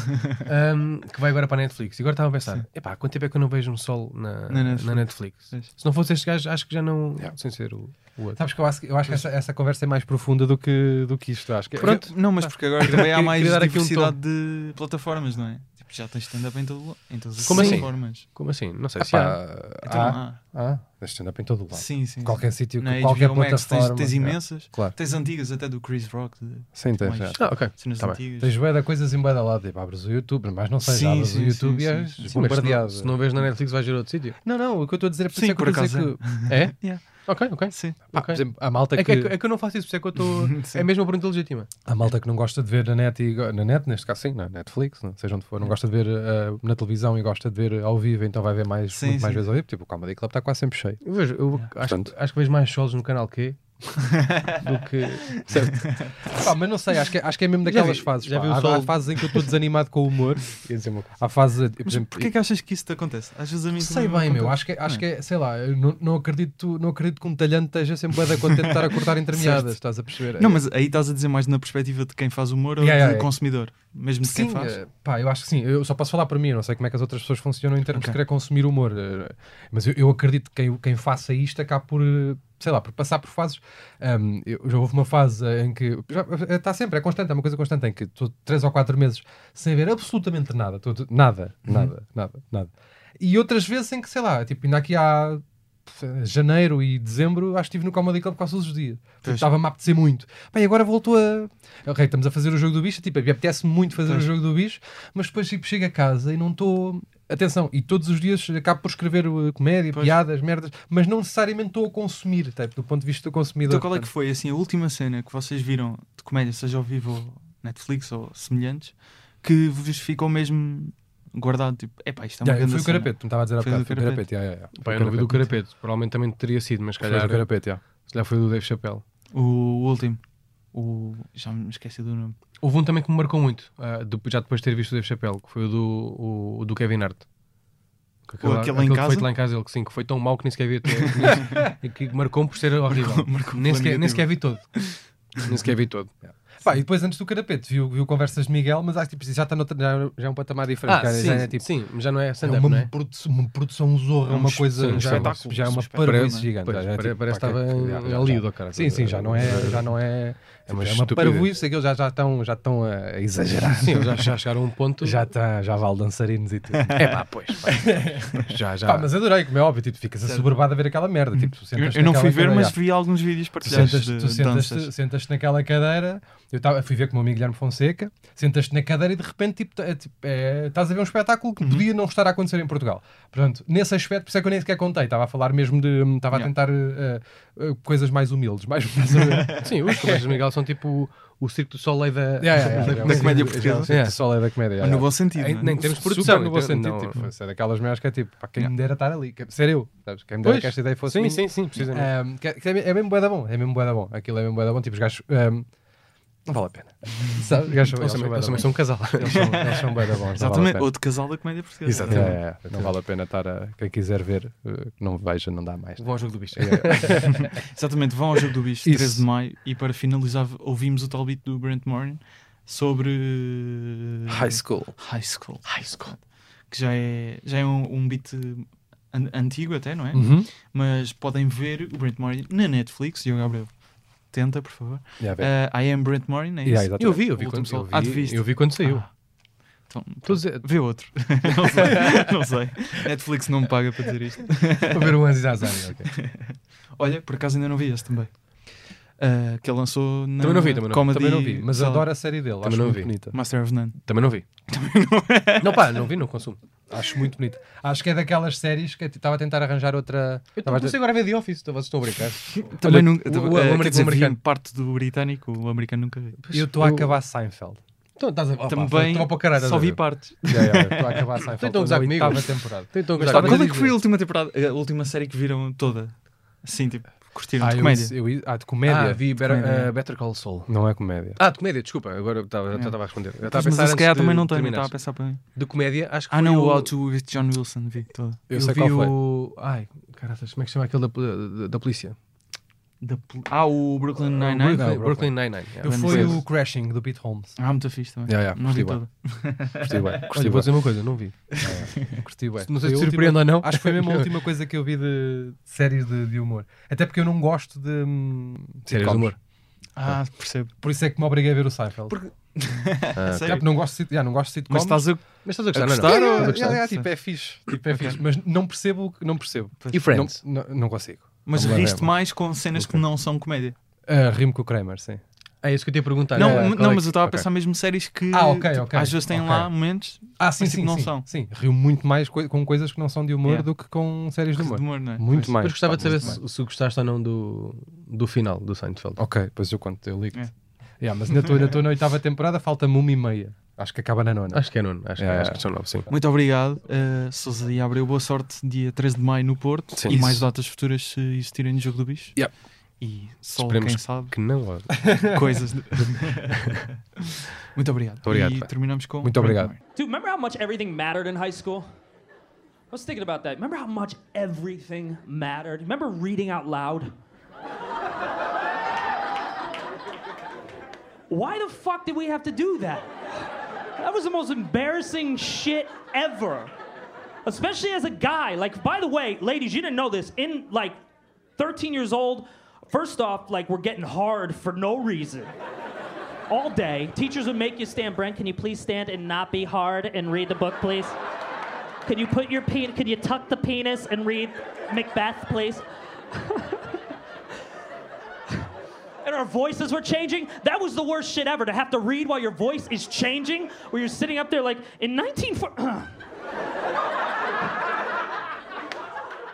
S4: um, que vai agora para a Netflix. E agora estava a pensar: epá, quanto tempo é que eu não vejo um sol na,
S1: Na
S4: na Netflix?
S1: Netflix. Pois.
S4: Se não fosse este gajo, acho que já não. Sem ser o, o outro.
S3: Sabes que eu acho, que- eu acho que essa, essa conversa é mais profunda do que, do que isto. Acho que é-
S1: Pronto, não, mas porque agora também há
S4: Queria-
S1: mais
S4: queria dar aqui um
S1: diversidade de plataformas, não é? Tipo, já tens stand-up em, todo, em todas as
S4: Como assim?
S1: plataformas.
S4: Como assim? Não sei
S7: Ah,
S4: se há.
S7: pá,
S1: Então,
S7: há-
S1: ah,
S7: há stand-up em todo o lado.
S1: sim, sim.
S3: qualquer sítio,
S4: tipo,
S1: Na
S3: qualquer
S1: HBO Max tens,
S3: plataforma.
S4: é.
S1: tens imensas,
S7: Claro.
S1: tens antigas até do Chris Rock, de
S7: Sim, tens.
S1: Mais-
S7: é.
S4: Ah, ok.
S1: cenas
S4: Tá bem.
S1: antigas.
S3: Tens bué da coisas em bué da lado. Tipo, abres o YouTube, mas não sei, já
S1: Sim,
S3: abres
S1: sim,
S3: o YouTube
S1: sim,
S3: e
S1: sim,
S3: és
S1: sim.
S4: Sim, mas se, não,
S3: bombardeado.
S4: se não vês na Netflix, vais ver outro sítio.
S3: Não, não, o que eu estou a dizer é por
S1: Sim,
S3: isso é que eu
S1: por
S3: estou a dizer
S1: acaso
S3: que...
S4: É?
S1: Yeah.
S4: Ok, ok.
S1: Sim.
S3: Pá,
S4: Ok.
S3: por exemplo, a malta
S4: É
S3: que,
S4: que, é que- é que eu não faço isso, por isso é que eu estou.
S1: Sim.
S4: é mesmo a pergunta legítima.
S3: a malta que não gosta de ver na net, e, go- na net neste caso sim, na Netflix, não, seja onde for, não gosta de ver ah, na televisão e gosta de ver ao vivo, então vai ver mais,
S1: Sim,
S3: muito mais
S1: sim.
S3: vezes ao vivo. Tipo, o Comedy Club está quase sempre cheio.
S4: Eu vejo, eu acho,
S7: Portanto.
S4: acho que vejo mais solos no canal Q do que.
S3: Pá, mas não sei, acho que, acho que é mesmo
S4: Já
S3: daquelas
S4: vi-
S3: fases.
S4: já
S3: pá.
S4: vi o
S3: há, há
S4: sol.
S3: fases em que eu estou desanimado com o humor. Há fases, eh, por
S1: Mas
S3: exemplo,
S1: porquê que achas que isso te acontece? Às vezes a mim
S3: sei
S1: também me
S3: bem, meu.
S1: acontece. Ah.
S3: Acho que, acho que é, sei lá, eu não, não, acredito, não acredito que um talhante esteja sempre bué da contente de estar a cortar
S1: Certo.
S3: entremeadas, estás a perceber?
S1: Não, mas aí estás a dizer mais na perspectiva de quem faz humor ou
S3: Yeah, yeah,
S1: do
S3: yeah.
S1: consumidor, mesmo de
S3: Sim,
S1: quem faz.
S3: eh, pá, eu acho que sim. Eu só posso falar para mim, eu não sei como é que as outras pessoas funcionam em termos
S1: Ok.
S3: de querer consumir humor. eh, Mas eu, eu acredito que quem, quem faça isto acaba por eh, sei lá, por passar por fases. Um, eu, já houve uma fase em que. Está sempre, é constante, é uma coisa constante, em que estou 3 ou 4 meses sem ver absolutamente nada. Tô, tô, nada, nada, uhum. nada, nada. E outras vezes em que, sei lá, tipo, ainda aqui há janeiro e dezembro, acho que estive no Comedy Club quase todos os dias. Estava-me a apetecer muito. Bem, agora voltou a. Ok, estamos a fazer o jogo do bicho. Tipo, apetece-me muito fazer pois. o jogo do bicho, mas depois tipo, chego a casa e não estou. Tô... Atenção, e todos os dias acabo por escrever uh, comédia, pois. piadas, merdas, mas não necessariamente estou a consumir, tipo, do ponto de vista do consumidor.
S1: Então qual é que foi assim, a última cena que vocês viram de comédia, seja ao vivo ou Netflix ou semelhantes, que vos ficou mesmo guardado, tipo, epá, isto é uma yeah, grande
S3: Foi o carapeto, tu me estava a dizer há bocado, foi o carapeto, yeah, yeah,
S4: yeah. Pá, eu não vi do Então, carapeto, provavelmente também teria sido, mas calhar...
S3: Foi do carapeto, yeah.
S4: Se calhar foi do Dave Chappelle.
S1: O último, o... já me esqueci do nome.
S4: Houve um também que me marcou muito, uh, de, já depois de ter visto o Dave Chappelle, que foi o do, o, o do Kevin Hart.
S1: Aquela, aquele, aquele,
S4: que foi lá em casa, ele que sim, que foi tão mau que nem sequer vi todo. e que marcou por ser horrível. Marcou, marcou nem, sequer, nem sequer vi todo. nem sequer vi todo. Yeah.
S3: Pá, e depois antes do Carapete viu, viu conversas de Miguel, mas acho que tipo, já está noutra, já, já é um patamar diferente.
S4: Ah,
S3: cara,
S4: sim,
S3: já
S4: é, tipo, sim, já não é
S3: é uma, é? Produ uma produção zorra, é um uma coisa
S4: sim,
S3: já,
S4: espetáculo,
S3: já é uma parvoíce gigante. Pois, já,
S4: é, tipo, parece que estava ali do cara.
S3: Sim, sim, já não é, já não é, é uma, é uma parvoíce, aquilo já, já estão já estão a exagerar.
S4: Sim, já, É já chegaram a um ponto.
S3: já, tá, já vale dançarinos e tudo.
S4: é pá, pois. já, já.
S3: Pá, mas adorei, como é óbvio, tipo, ficas assoberbado a ver aquela merda. Tipo,
S1: eu não fui ver, mas vi alguns vídeos partilhados.
S3: Tu sentas-te assim, naquela cadeira. Eu tava, fui ver com o meu amigo Guilherme Fonseca, sentas-te na cadeira e de repente tipo, é, tipo, é, estás a ver um espetáculo que uhum. podia não estar a acontecer em Portugal. Portanto, nesse aspecto, por isso é que eu nem sequer contei, estava a falar mesmo de. estava yeah. a tentar uh, uh, coisas mais humildes. Mais...
S4: Sim, os colegas de Miguel são tipo o Circo do Soleil da,
S3: yeah, yeah,
S4: da, da comédia portuguesa. O Circo
S3: do Soleil da comédia.
S1: Mas no bom sentido. é?
S4: Em, nem temos produção.
S3: no bom sentido. Tipo, é daquelas mulheres que é tipo, pá, quem me dera estar ali. Ser eu. Sabes? Quem me dera que esta ideia fosse.
S4: Sim, sim, sim, precisamente. é
S3: mesmo boeda bom. É mesmo boeda bom. Aquilo é mesmo boeda bom. Tipo, os gajos não vale a pena. Sabe? Eles, são, eles,
S4: eles, são, são um casal.
S3: Eles são, eles são bem da bons.
S1: Exatamente, vale outro casal da comédia portuguesa.
S3: Exatamente. É, é. Não vale a pena estar a. Quem quiser ver, eh, não veja, não dá mais.
S4: Vão ao Jogo do Bicho.
S1: É. Exatamente, vão ao Jogo do Bicho, Isso. 13 de maio. E para finalizar, ouvimos o tal beat do Brent Morin sobre.
S4: High School.
S1: High School.
S4: High School.
S1: Que já é, já é um, um beat an antigo, até, não é? Uhum. Mas podem ver o Brent Morin na Netflix, Diogo Gabriel tenta, por favor. Yeah, uh, I am Brent Morin, é isso?
S4: Yeah, eu vi, eu vi, quando, eu, vi, ah, eu vi quando saiu. Ah.
S1: Então, dizer... Vê outro. não, sei, não sei. Netflix não me paga para dizer isto.
S3: para ver o Anzi Azari, okay.
S1: Olha, por acaso ainda não vi este também. Uh, que ele lançou na
S4: também não vi, também não,
S1: comedy,
S4: também não vi,
S3: mas só... adoro a série dele, também acho muito
S4: vi.
S3: bonita.
S1: Master of None.
S4: Também não vi.
S1: Também não...
S4: não pá, não vi, não consumo.
S3: Acho muito bonito. Acho que é daquelas séries que estava a tentar arranjar outra.
S4: Eu não consigo agora ver The Office, então vocês estão a brincar.
S1: Também Olha, nunca. O, o, é, o, americano, americano. parte do britânico, o americano nunca vi.
S3: Eu estou a acabar Seinfeld.
S4: Então, estás a...
S1: Também
S4: Opa, caralho,
S1: só vi partes.
S3: Estou yeah, yeah, a acabar Seinfeld.
S4: Tentam gozar comigo. Então
S3: Oitava temporada.
S4: Tentam
S1: gozar comigo. Qual é que foi a última temporada, a última série que viram toda? Assim, tipo. Curtiram ah, de comédia?
S3: Eu, eu, ah, de comédia.
S4: Ah, vi better, comédia. Uh, better, Call Saul.
S3: Não é comédia.
S4: Ah, de comédia, É. desculpa. Agora estava yeah. a responder. Eu
S1: mas se calhar também não tenho, estava a pensar para mim.
S4: De comédia, acho que
S1: Ah, não, o How to with John Wilson, vi todo.
S4: Eu, eu sei vi qual foi. o... Ai, caraças, como é que chama aquele da, da, da polícia?
S1: Da pol... Ah, o Brooklyn Nine-Nine?
S4: Brooklyn, Brooklyn Nine-Nine.
S3: Yeah. Eu fui o Crashing, do Pete Holmes.
S1: Ah, muito fixe também.
S4: Yeah, yeah,
S1: não vi
S4: toda.
S3: Curti bem.
S4: Curti
S3: vou
S4: dizer uma coisa, não vi.
S3: Curti tipo, bem.
S4: Não sei se surpreende ou não.
S3: Acho que foi mesmo a última coisa que eu vi de séries de, de humor. Até porque eu não gosto de...
S4: Séries de humor.
S1: Ah, percebo.
S3: Por isso é que me obriguei a ver o Seinfeld. Porque... ah, okay. não gosto de, já, não gosto de sitcoms.
S1: Mas estás a,
S4: mas estás a gostar, a gostar, não,
S3: não. É, é, é, tipo, é fixe, tipo, é fixe. Mas não percebo, não percebo.
S4: E Friends?
S3: Não, não, não consigo.
S1: Mas não riste mais com cenas okay. que não são comédia?
S3: Uh, rimo com o Kramer, sim.
S4: É isso que eu te ia
S3: Tá,
S4: perguntar.
S1: Não,
S4: é,
S1: não mas eu estava a pensar okay. mesmo séries que
S3: ah, okay, okay.
S1: às vezes têm lá momentos
S3: ah, sim, sim,
S1: que não
S3: sim,
S1: são.
S3: Sim, rio muito mais co com coisas que não são de humor yeah. do que com séries de humor.
S1: De humor é?
S3: Muito mais.
S4: Mas gostava de saber se, se, gostaste ou não do, do final do Seinfeld.
S3: Ok, depois eu conto, eu ligo-te. Yeah. yeah. mas ainda estou na oitava temporada, falta-me uma e meia. Acho que acaba na nona.
S4: Acho que é nona, acho, yeah. acho, que são nove, sim.
S1: Muito obrigado, uh, Sousa e Abreu. Boa sorte, dia 13 de maio no Porto. Sim, e isso. mais datas futuras se existirem no Jogo do Bicho.
S4: Yeah.
S1: E só Esperemos quem sabe
S4: que não
S1: coisas. De... Muito obrigado.
S4: obrigado
S1: e pai. terminamos com.
S3: Muito obrigado.
S8: Dude, remember how much everything mattered in high school? I was thinking about that. Remember how much everything mattered? Remember reading out loud? Why the fuck did we have to do that? That was the most embarrassing shit ever. Especially as a guy. Like, by the way, ladies, you didn't know this. In like 13 years old, first off, like we're getting hard for no reason. All day. Teachers would make you stand. Brent, can you please stand and not be hard and read the book, please? Can you put your penis? Can you tuck the penis and read Macbeth, please? and our voices were changing. That was the worst shit ever to have to read while your voice is changing, where you're sitting up there like in 19 for-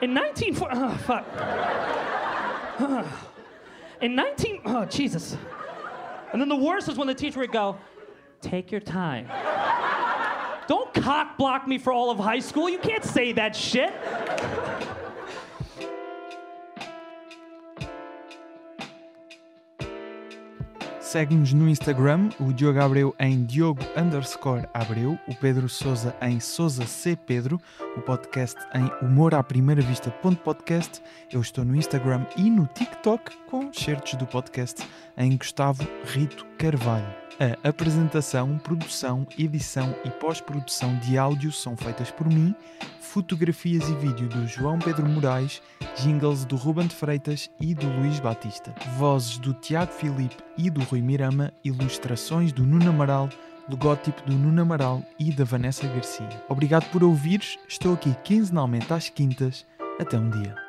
S8: In 19 for- oh, fuck. in 19 oh Jesus. And then the worst is when the teacher would go, "Take your time." Don't cock block me for all of high school. You can't say that shit.
S1: Segue-nos no Instagram, o Diogo Abreu em Diogo underscore Abreu, o Pedro Souza em Souza C Pedro, o podcast em humor à primeira vista ponto podcast. Eu estou no Instagram e no TikTok com certos do podcast em Gustavo Rito Carvalho. A apresentação, produção, edição e pós-produção de áudio são feitas por mim, fotografias e vídeo do João Pedro Moraes, jingles do Ruben de Freitas e do Luís Batista, vozes do Tiago Filipe e do Rui Mirama, ilustrações do Nuno Amaral, logótipo do Nuno Amaral e da Vanessa Garcia. Obrigado por ouvires, estou aqui quinzenalmente às quintas, até um dia.